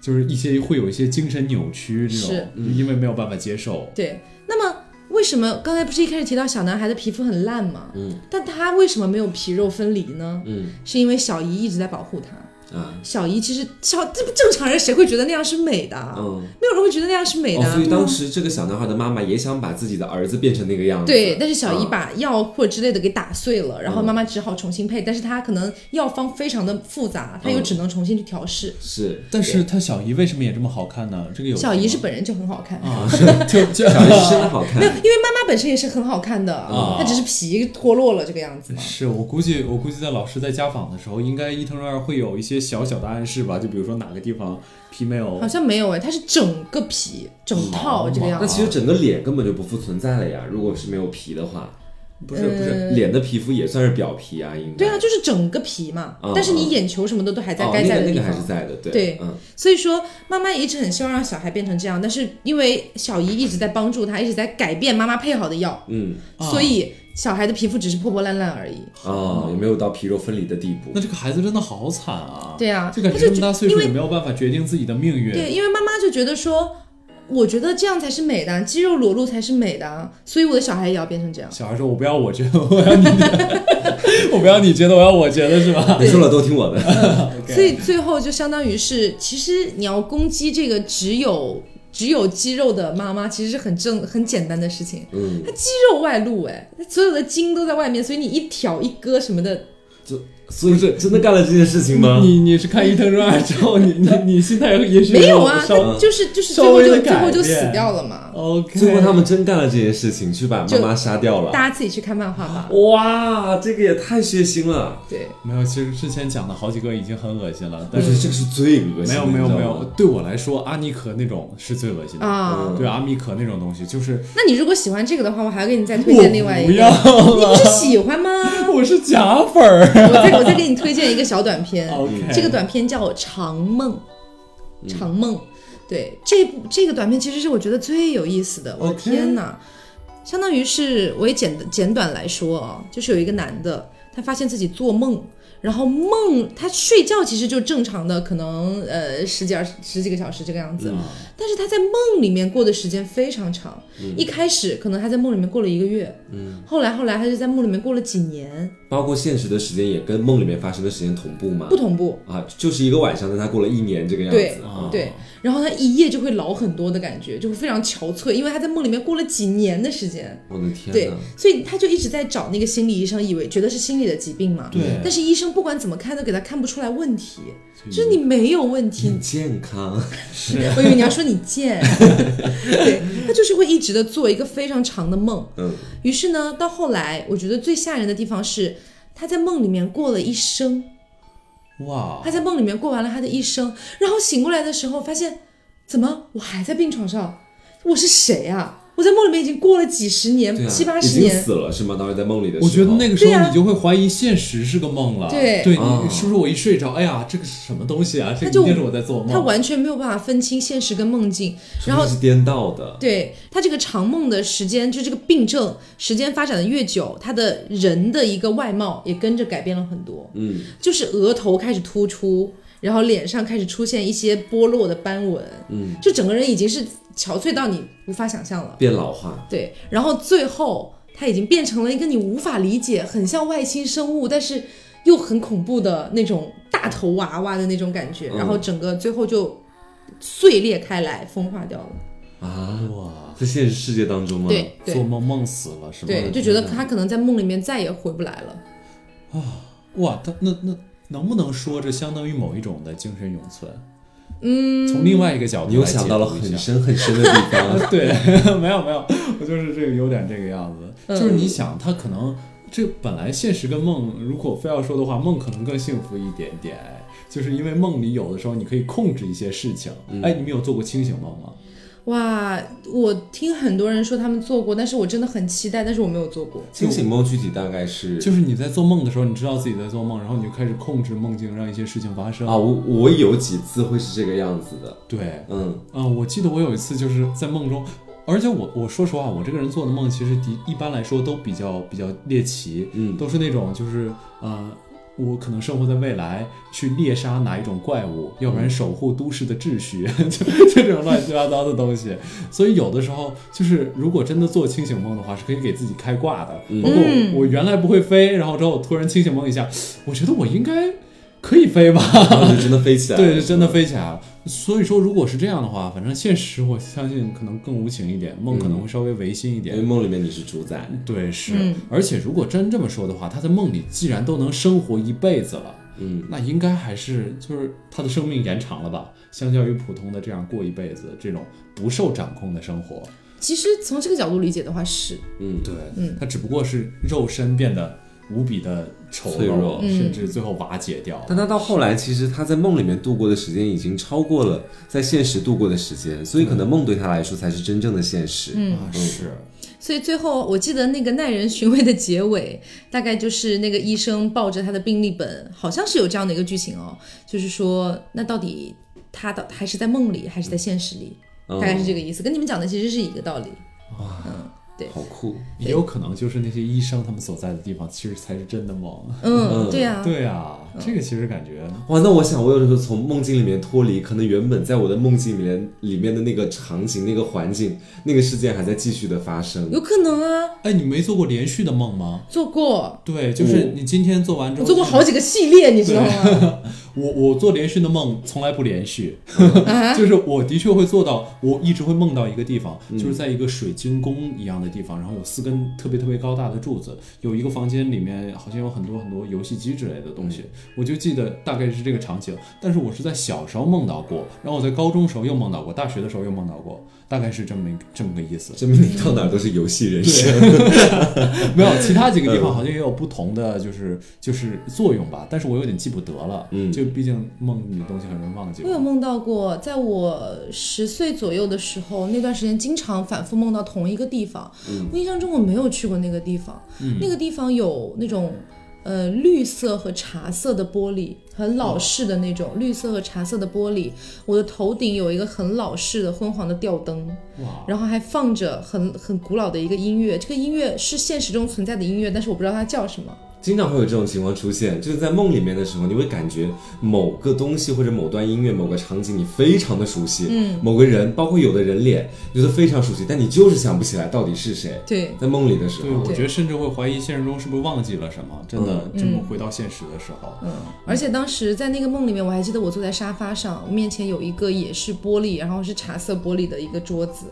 就是一些会有一些精神扭曲这
是
种，因为没有办法接受。
对。那么为什么刚才不是一开始提到小男孩的皮肤很烂吗？
嗯
但他为什么没有皮肉分离呢？
嗯
是因为小姨一直在保护他。
啊
小姨其实小这不正常人谁会觉得那样是美的啊？
嗯。
没有人会觉得那样是美的
哦，
啊。
所以当时这个小男孩的妈妈也想把自己的儿子变成那个样子。
对，但是小姨
嗯
把药或之类的给打碎了，然后妈妈只好重新配，但是她可能药方非常的复杂，她又
嗯
只能重新去调试。
是
但是她小姨为什么也这么好看呢？这个有
小姨是本人就很好看，
嗯
啊，是 就就
小孩是真的好看
没有，因为妈妈本身也是很好看的，
啊
她只是皮脱落了这个样子嘛。
是我估计，我估计在老师在家访的时候，应该伊藤润二会有一些小小的暗示吧，就比如说哪个地方皮没有
好像没有哎，它是整个皮整套这个样
那
子。
其实整个脸根本就不复存在了呀！如果是没有皮的话，
不是不是，
脸的皮肤也算是表皮啊，应该
呃对啊，就是整个皮嘛，
嗯
但是你眼球什么的都还在
哦
该
那
在
个
的
那
地
个
方。
还是在的，对
对
嗯
所以说，妈妈也一直很希望让小孩变成这样，但是因为小姨一直在帮助他，一直在改变妈妈配好的药，
嗯
啊
所以小孩的皮肤只是破破烂烂而已。
啊，也没有到皮肉分离的地步
那，这个孩子真的好惨啊！
对啊
就感
他
觉
就
这么大岁
因
数
为
也没有办法决定自己的命运。
对，因为妈妈就觉得说，我觉得这样才是美的，啊肌肉裸露才是美的，啊所以我的小孩也要变成这样。
小孩说：“我不要，我觉得，我要你的，我不要你觉得，我要我觉得，是吧
你说了都听我的，
？”OK
所以最后就相当于是，其实你要攻击这个只有只有肌肉的妈妈，其实是很正很简单的事情。
嗯，
它肌肉外露，哎，它所有的筋都在外面，所以你一挑一割什么的，
所以是真的干了这件事情吗？
你你是看伊藤润二之后，你你你心态也许
没有 啊，
稍
它就是就是最
稍
后
微
就
的
最后就
改变
死掉了嘛。
OK。
最后他们真干了这件事情，去把妈
就
妈杀掉
嗯
了，
大家自己去看漫画吧。
哇，这个也太血腥了，
对，
没有，其实之前讲的好几个已经很恶心了，
我
但
觉得
是
这个是最恶心的，
没有没有
你知道吗
没有，，对我来说，阿尼可那种是最恶心的。
啊，
对阿米可那种东西，就是
那你如果喜欢这个的话，我还要给你再推
我
荐另外一
哦不
个。
要，
你不是喜欢吗？
我是假粉 儿。
我再我再给你推荐一个小 短片
OK
这个短片叫《长梦》，长梦，对这部这个短片其实是我觉得最有意思的，我的
OK
天哪！相当于是我也简简短来说啊、就是有一个男的，他发现自己做梦，然后梦他睡觉其实就正常的，可能呃十几二十十几个小时这个样子，但是他在梦里面过的时间非常长，一开始可能他在梦里面过了一个月，嗯，后来后来他就在梦里面过了几年，
包括现实的时间也跟梦里面发生的时间同步吗
不？同步，
啊，就是一个晚上，但他过了一年这个样
对
子啊，
对，然后他一夜就会老很多的感觉，就会非常憔悴，因为他在梦里面过了几年的时间，
我的天
对
哪，，
所以他就一直在找那个心理医生，以为觉得是心理的疾病嘛，
对
但是医生不管怎么看都给他看不出来问题，就是你没有问题
挺，健康，
是
我以为你要说你贱，对他就是会一直的做一个非常长的梦，
嗯，
于是呢，到后来我觉得最吓人的地方是他在梦里面过了一生，
哇
他，在梦里面过完了他的一生，然后醒过来的时候发现，怎么我还在病床上？我是谁啊？我在梦里面已经过了几十年，
对啊，
七八
已
十
经
年。
死了是吗？当时在梦里的时候，
我觉得那个时
对
候
啊
你就会怀疑现实是个梦了。
对
对
啊
你是不是我一睡着，哎呀，这个是什么东西啊？这
他就
一定是我在做
他
梦。
完全没有办法分清现实跟梦境，然后
是不是颠倒的，
对他这个长梦的时间，就这个病症时间发展的越久，他的人的一个外貌也跟着改变了很多，
嗯，
就是额头开始突出，然后脸上开始出现一些剥落的斑纹，
嗯，
就整个人已经是憔悴到你无法想象了。
变老化，
对，然后最后他已经变成了一个你无法理解，很像外星生物，但是又很恐怖的那种大头娃娃的那种感觉，
嗯
然后整个最后就碎裂开来，风化掉了。
啊，
哇，
在现实世界当中吗？
对
做
对
梦梦死了是吗？
对，就觉得他可能在梦里面再也回不来了。
哇，他那那能不能说这相当于某一种的精神永存？嗯，从另外一个角度
你又
来
想
解
到了
读一
很
下
深很深的地 方，
对，没有没有，我就是这个有点这个样子，就是你想他可能这本来现实跟梦，如果非要说的话，梦可能更幸福一点点，就是因为梦里有的时候你可以控制一些事情。
嗯
哎，你们有做过清醒梦吗？
哇，我听很多人说他们做过，但是我真的很期待，但是我没有做过。
清醒梦具体大概是
就是你在做梦的时候，你知道自己在做梦，然后你就开始控制梦境，让一些事情发生。
啊，我我有几次会是这个样子的，
对，
嗯，
嗯、我记得我有一次就是在梦中，而且我我说实话，我这个人做的梦其实的一般来说都比较比较猎奇，
嗯
都是那种就是呃，我可能生活在未来，去猎杀哪一种怪物，要不然守护都市的秩序， 就就这种乱七八糟的东西。所以有的时候就是，如果真的做清醒梦的话，是可以给自己开挂的。包括我我原来不会飞，然后之后突然清醒梦一下，我觉得我应该可以飞吧。
然后就真的飞 起来了，
对，真的飞起来了。所以说，如果是这样的话，反正现实我相信可能更无情一点，梦可能会稍微违心一
因
点
为。梦里面你是主宰，
对，是，
嗯
而且如果真这么说的话，他在梦里既然都能生活一辈子了，
嗯，
那应该还是就是他的生命延长了吧？相较于普通的这样过一辈子这种不受掌控的生活，
其实从这个角度理解的话是，
嗯，
对，
嗯
他只不过是肉身变得无比的丑
脆弱
陋，
嗯
甚至最后瓦解掉。
但他到后来，其实他在梦里面度过的时间已经超过了
嗯
在现实度过的时间，所以可能梦对他来说才是真正的现实。
啊，是，
所以最后我记得那个耐人寻味的结尾，大概就是那个医生抱着他的病历本，好像是有这样的一个剧情哦，就是说那到底他到还是在梦里还是在现实里，
嗯
大概是这个意思，跟你们讲的其实是一个道理。
好酷，
也有可能就是那些医生他们所在的地方，其实才是真的梦。
嗯，对呀、
对啊，这个其实感觉
哇！那我想，我有的时候从梦境里面脱离，可能原本在我的梦境里面里面的那个场景、那个环境、那个事件还在继续的发生。
有可能啊，
哎，你没做过连续的梦吗？
做过，
对，就是你今天做完之后，
我做过好几个系列，你知道吗？
我我做连续的梦从来不连续，
啊
就是我的确会做到，我一直会梦到一个地方，就是在一个水晶宫一样的地方，然后有四根特别特别高大的柱子，有一个房间里面好像有很多很多游戏机之类的东西，我就记得大概是这个场景，但是我是在小时候梦到过，然后我在高中时候又梦到过，大学的时候又梦到过，大概是这么一个这么个意思。
证明你到哪儿都是游戏人生。
没有，其他几个地方好像也有不同的，就是就是作用吧，但是我有点记不得了，
嗯
就毕竟梦里的东西很容易忘记嘛。
我有梦到过，在我十岁左右的时候，那段时间经常反复梦到同一个地方。我印象中我没有去过那个地方，那个地方有那种呃绿色和茶色的玻璃，很老式的那种、绿色和茶色的玻璃。我的头顶有一个很老式的昏黄的吊灯，
哇，
然后还放着很很古老的一个音乐，这个音乐是现实中存在的音乐，但是我不知道它叫什么。
经常会有这种情况出现，就是在梦里面的时候，你会感觉某个东西或者某段音乐、某个场景你非常的熟悉，嗯，某个人，包括有的人脸，你觉得非常熟悉，但你就是想不起来到底是谁。
对，
在梦里的时
对，
候，
我觉得甚至会怀疑现实中是不是忘记了什么，真的，真的回到现实的时候，
嗯，而且当时在那个梦里面，我还记得我坐在沙发上，我面前有一个也是玻璃，然后是茶色玻璃的一个桌子，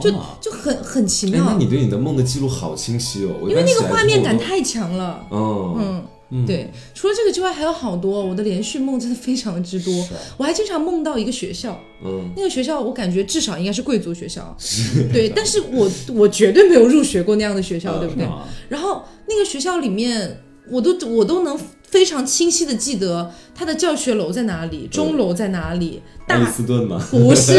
就
好嘛
就很很奇
哦哎，那
妙，
你对你的梦的记录好清晰哦，我一
因为
般
那
起
个
来
画
之
面
后
感
都，
太强了。
嗯
嗯，对，除了这个之外，还有好多我的连续梦真的非常之多
是，
我还经常梦到一个学校，
嗯，
那个学校我感觉至少应该是贵族学校，对，但是我我绝对没有入学过那样的学校，对不对
啊是？吗
然后那个学校里面，我都我都能非常清晰的记得它的教学楼在哪里，钟楼在哪里，
爱
嗯
丽
大
斯顿嘛，
不是，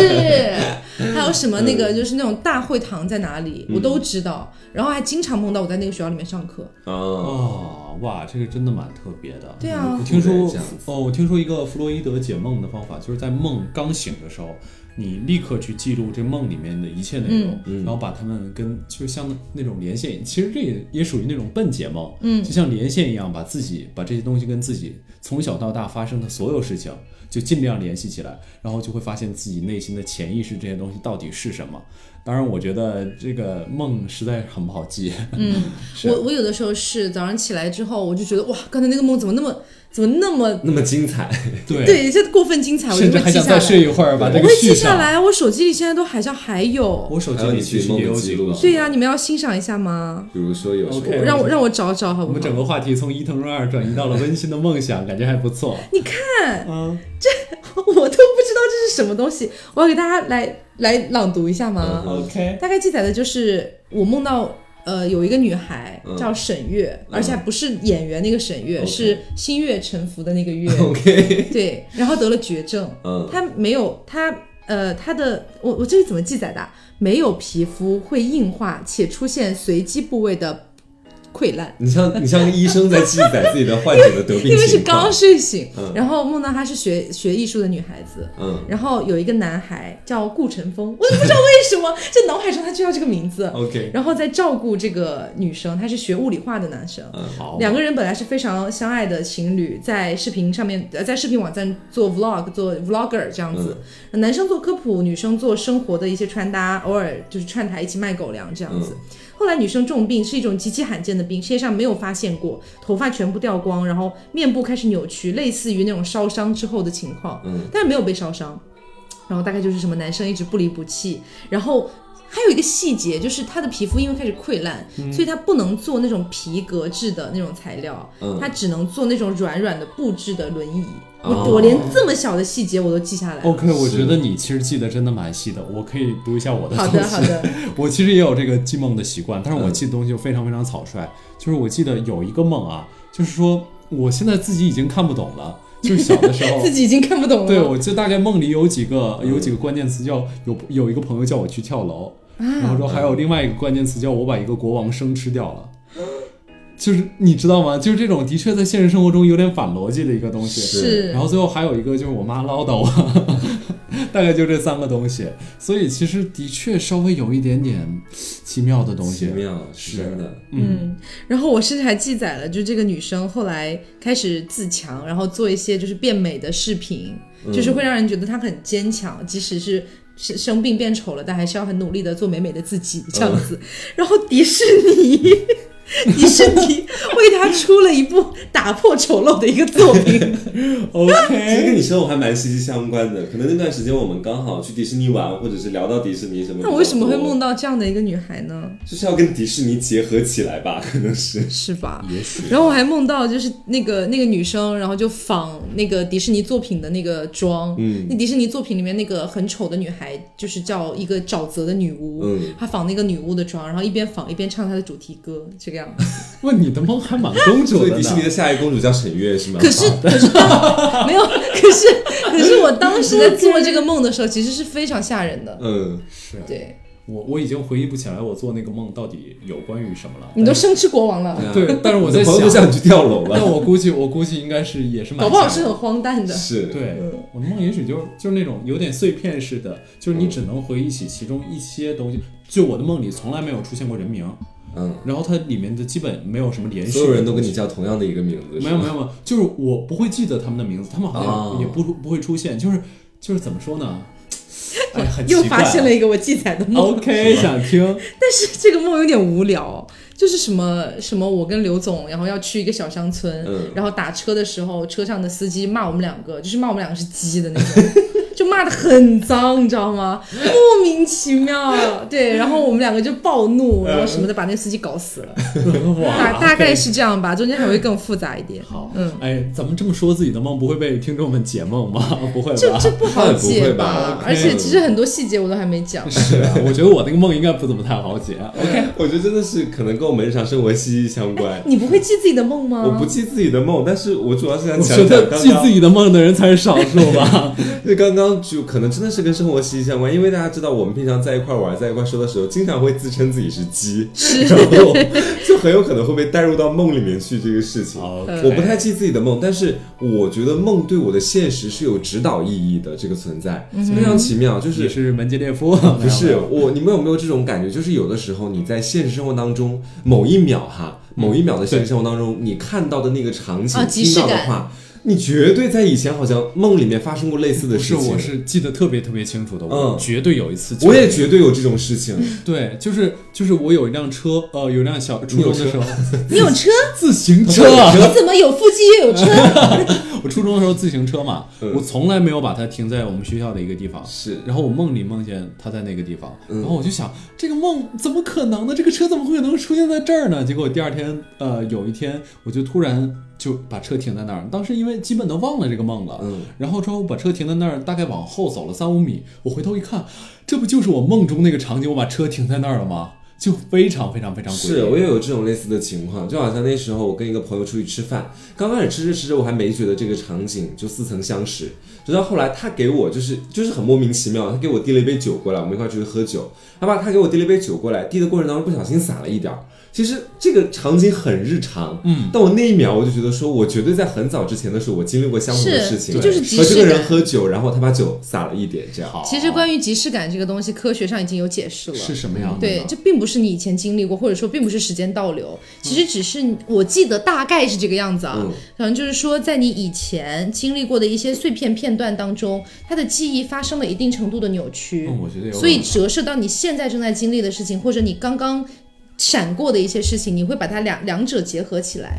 还有什么那
嗯
个就是那种大会堂在哪里，我都知道。然后还经常梦到我在那个学校里面上课。
啊，
哦，哇，这个真的蛮特别的。
对啊
我，听说
这样
哦，我听说一个弗洛伊德解梦的方法，就是在梦刚醒的时候，你立刻去记录这梦里面的一切内容，
嗯
然后把它们跟就像那种连线，其实这也也属于那种笨解梦，嗯，就像连线一样，把自己把这些东西跟自己从小到大发生的所有事情。就尽量联系起来，然后就会发现自己内心的潜意识这些东西到底是什么。当然，我觉得这个梦实在很不好记。嗯，是
我我有的时候是早上起来之后，我就觉得哇，刚才那个梦怎么那么怎么那么
那么精彩，
对，
对，这过分精彩，我就
甚至
会
还
记
想
下
再
来。
睡一会儿，把这
我
个
会
续
记下
上。
来，我手机里现在都好像还有。
我手机里其实也有几个。
对呀、你们要欣赏一下吗？
比如说有什
OK
么，
让我让我找找好
我
不
们
好
整？个话题从伊藤润二转移到了温馨的梦想，感觉还不错。
你看，
嗯，
我都不知道这是什么东西，我要给大家来来朗读一下
嗯
吗？
嗯
OK，
大概记载的就是我梦到。呃，有一个女孩
嗯
叫沈月，而且还不是演员那个沈月，
OK。
是心悦诚服的那个月
，OK，
对，然后得了绝症，
嗯，
她没有她呃她的我我这是怎么记载的啊？没有皮肤会硬化且出现随机部位的溃烂，
你像你像个医生在记载自己的患者的得病情况，
因为是刚睡醒，
嗯
然后梦到她是学学艺术的女孩子，
嗯
然后有一个男孩叫顾晨风，我也不知道为什么， 这脑海中他就要这个名字。
，OK，
然后在照顾这个女生，他是学物理化的男生。
好，
两个人本来是非常相爱的情侣，在视频上面，呃，在视频网站做 vlog，做 vlogger 这样子，
嗯
男生做科普，女生做生活的一些穿搭，偶尔就是串台一起卖狗粮这样
嗯
子。后来女生重病是一种极其罕见的病，世界上没有发现过，头发全部掉光，然后面部开始扭曲，类似于那种烧伤之后的情况，
嗯
但是没有被烧伤。然后大概就是什么男生一直不离不弃，然后还有一个细节就是他的皮肤因为开始溃烂，所以他不能做那种皮革制的那种材料，
嗯
他只能做那种软软的布制的轮椅。
哦
我我连这么小的细节我都记下来了。
OK，我觉得你其实记得真的蛮细的，我可以读一下我的
好
东
的好
西。
的，
我其实也有这个记梦的习惯，但是我
嗯
记的东西就非常非常草率。就是我记得有一个梦啊，就是说我现在自己已经看不懂了，就是小的时候
自己已经看不懂了。
对，我就大概梦里有几个有几个关键词叫有有一个朋友叫我去跳楼，
啊
然后说还有另外一个关键词叫我把一个国王生吃掉了。就是你知道吗？就是这种的确在现实生活中有点反逻辑的一个东西。
是
然后最后还有一个就是我妈唠叨我， 大概就这三个东西。所以其实的确稍微有一点点奇妙的东西。
奇妙，是真的。
嗯，然后我甚至还记载了，就这个女生后来开始自强，然后做一些就是变美的视频，就是会让人觉得她很坚强，即使是生生病变丑了，但还是要很努力的做美美的自己这样子。然后迪士尼， 迪士尼为她出了一部打破丑陋的一个作 品，
其实
OK，
跟你生活还蛮息息相关的，可能那段时间我们刚好去迪士尼玩，或者是聊到迪士尼什么。
那我为什么会梦
到？
到这样的一个女孩呢？
就是要跟迪士尼结合起来吧，可能 是。
是吧？
也许
然后我还梦到就是那个那个女生，然后就仿那个迪士尼作品的那个妆，
嗯
那迪士尼作品里面那个很丑的女孩，就是叫一个沼泽的女巫，
嗯
她仿那个女巫的妆，然后一边仿一边唱她的主题歌，这个样子。
问你的梦还蛮公主
所以
的
迪士尼
呢。
的下一个公主叫沈月 是吗？
可是可是当没有，可是可是我当时在做这个梦的时候，其实是非常吓人的。
嗯，
是
对
我我已经回忆不起来我做那个梦到底有关于什么了。
你都生吃国王了，
啊
对，但是我
我的
在
朋友都
想，
想去啊跳楼
但
了。
我估计我估计应该是也是蛮
搞不好
吓
是
人的
很荒诞 的。
是，
对，我的梦也许就是就是那种有点碎片式的，就是你只能回忆起其中一些东西。就我的梦里从来没有出现过人名，
嗯，
然后它里面的基本没有什么联系。
所有人都跟你叫同样的一个名字，
没有没有
有，
没有，就是我不会记得他们的名字，他们好
哦
像也不、不会出现。就是就是怎么说呢？哎，很奇
又
怪。
发现了一个我记载的梦。
OK，想听
但是这个梦有点无聊，就是什么什么，我跟刘总，然后要去一个小乡村，
嗯
然后打车的时候，车上的司机骂我们两个，就是骂我们两个是鸡的那种， 就骂的很脏，你知道吗？莫名其妙，对，然后我们两个就暴
嗯
怒，然后什么的，把那个司机搞 死了，大
哇，
大概是这样吧，中间还会更复杂一点。
好，
嗯，
哎，咱们这么说自己的梦，不会被听众们解梦吗？ 不会吧？
这这不好
那也不
解
会吧
而且其实很多细节我都还没讲。
是啊，我觉得我那个梦应该不怎么太好解。 啊
我觉得真的是可能跟我们日常生活息息相关。
哎你不啊会记自己的梦吗？
我不记自己的梦，但是我主要是想
我
讲
觉
讲
得
刚
记自
刚，
己的梦的人才是少数 吧。
对刚刚就可能真的是跟生活息息相关，因为大家知道我们平常在一块玩，在一块说的时候，经常会自称自己是鸡，然后就很有可能会被带入到梦里面去这个事 情。我
哎
不太记自己的梦，但是我觉得梦对我的现实是有指导意义的，这个存在
嗯
非常奇妙，就
你
是。
是门捷列夫，
不是我，你们有没有这种感觉？就是有的时候你在现实生活当中某一秒哈，某一秒的现实生活当中，你看到的那个场景
啊、嗯即视
听到的
感
话，你绝对在以前好像梦里面发生过类似的
不
事
是，
情。
我是记得特别特别清楚的，我
嗯
绝对有一次，
我也绝对有这种事情。
嗯
对，就是就是我有一辆车，呃，有一辆小初中的时候
你有车？
自行车，啊
啊
你怎么有腹肌又有车？
我初中的时候自行车嘛，
嗯
我从来没有把它停在我们学校的一个地方。
是
然后我梦里梦见它在那个地方，
嗯
然后我就想，这个梦怎么可能呢？这个车怎么会能出现在这儿呢？结果第二天，呃，有一天我就突然就把车停在那儿，当时因为基本都忘了这个梦了，
嗯，
然后之后我把车停在那儿，大概往后走了三五米，我回头一看，这不就是我梦中那个场景？我把车停在那儿了吗？就非常非常非常诡异。
是，我也有这种类似的情况，就好像那时候我跟一个朋友出去吃饭，刚开始吃着吃着，我还没觉得这个场景就似曾相识，直到后来他给我就是就是很莫名其妙，他给我递了一杯酒过来，我们一块出去喝酒，他把他给我递了一杯酒过来，递的过程当中不小心洒了一点儿。其实这个场景很日常，嗯，但我那一秒我就觉得说，我绝对在很早之前的时候，我经历过相同的
是
事情，
这就是即
和这个
视
人
感
喝酒，然后他把酒洒了一点，这样。
好
其实关于即视感这个东西，科学上已经有解释了。
是什嗯么样的呢？
对，这并不是你以前经历过，或者说并不是时间倒流，
嗯
其实只是你我记得大概是这个样子啊。
嗯
可能就是说，在你以前经历过的一些碎片片段当中，它的记忆发生了一定程度的扭曲，
嗯，我觉得有可能。
所以折射到你现在正在经历的事情，或者你刚刚闪过的一些事情，你会把它两两者结合起来。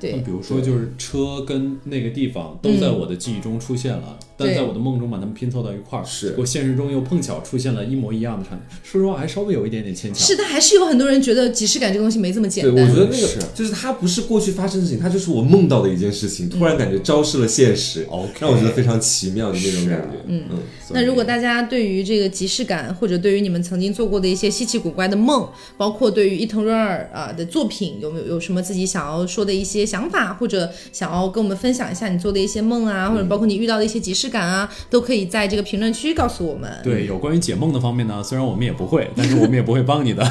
那
对，嗯
比如说，就是车跟那个地方都在我的记忆中出现了，但
对
在我的梦中把它们拼凑到一块儿，
是
我现实中又碰巧出现了一模一样的场景。说实话，还稍微有一点点牵强。
是，但还是有很多人觉得即视感这个东西没这么简
对，
单。
我觉得那个
是
就是它不是过去发生的事情，它就是我梦到的一件事情，突然感觉昭示了现实，
OK
让我觉得非常奇妙的那种感觉
是。
嗯嗯，
那如果大家对于这个即视感，或者对于你们曾经做过的一些稀奇古怪的梦，包括对于伊藤润二啊的作品，有没有有什么自己想要说的一些些想法，或者想要跟我们分享一下你做的一些梦啊，或者包括你遇到的一些即视感啊，都可以在这个评论区告诉我们。
对，有关于解梦的方面呢，虽然我们也不会，但是我们也不会帮 你的。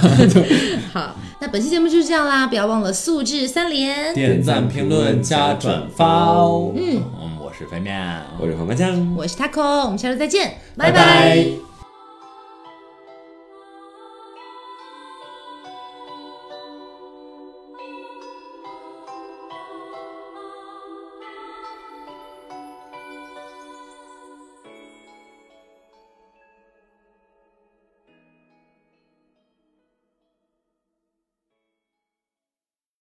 好，那本期节目就是这样啦，不要忘了素质三连。
点赞、评论、加转发哦哦。嗯，我是飞面，
我是黄瓜酱。
我是 taco，我们下周再见，拜
拜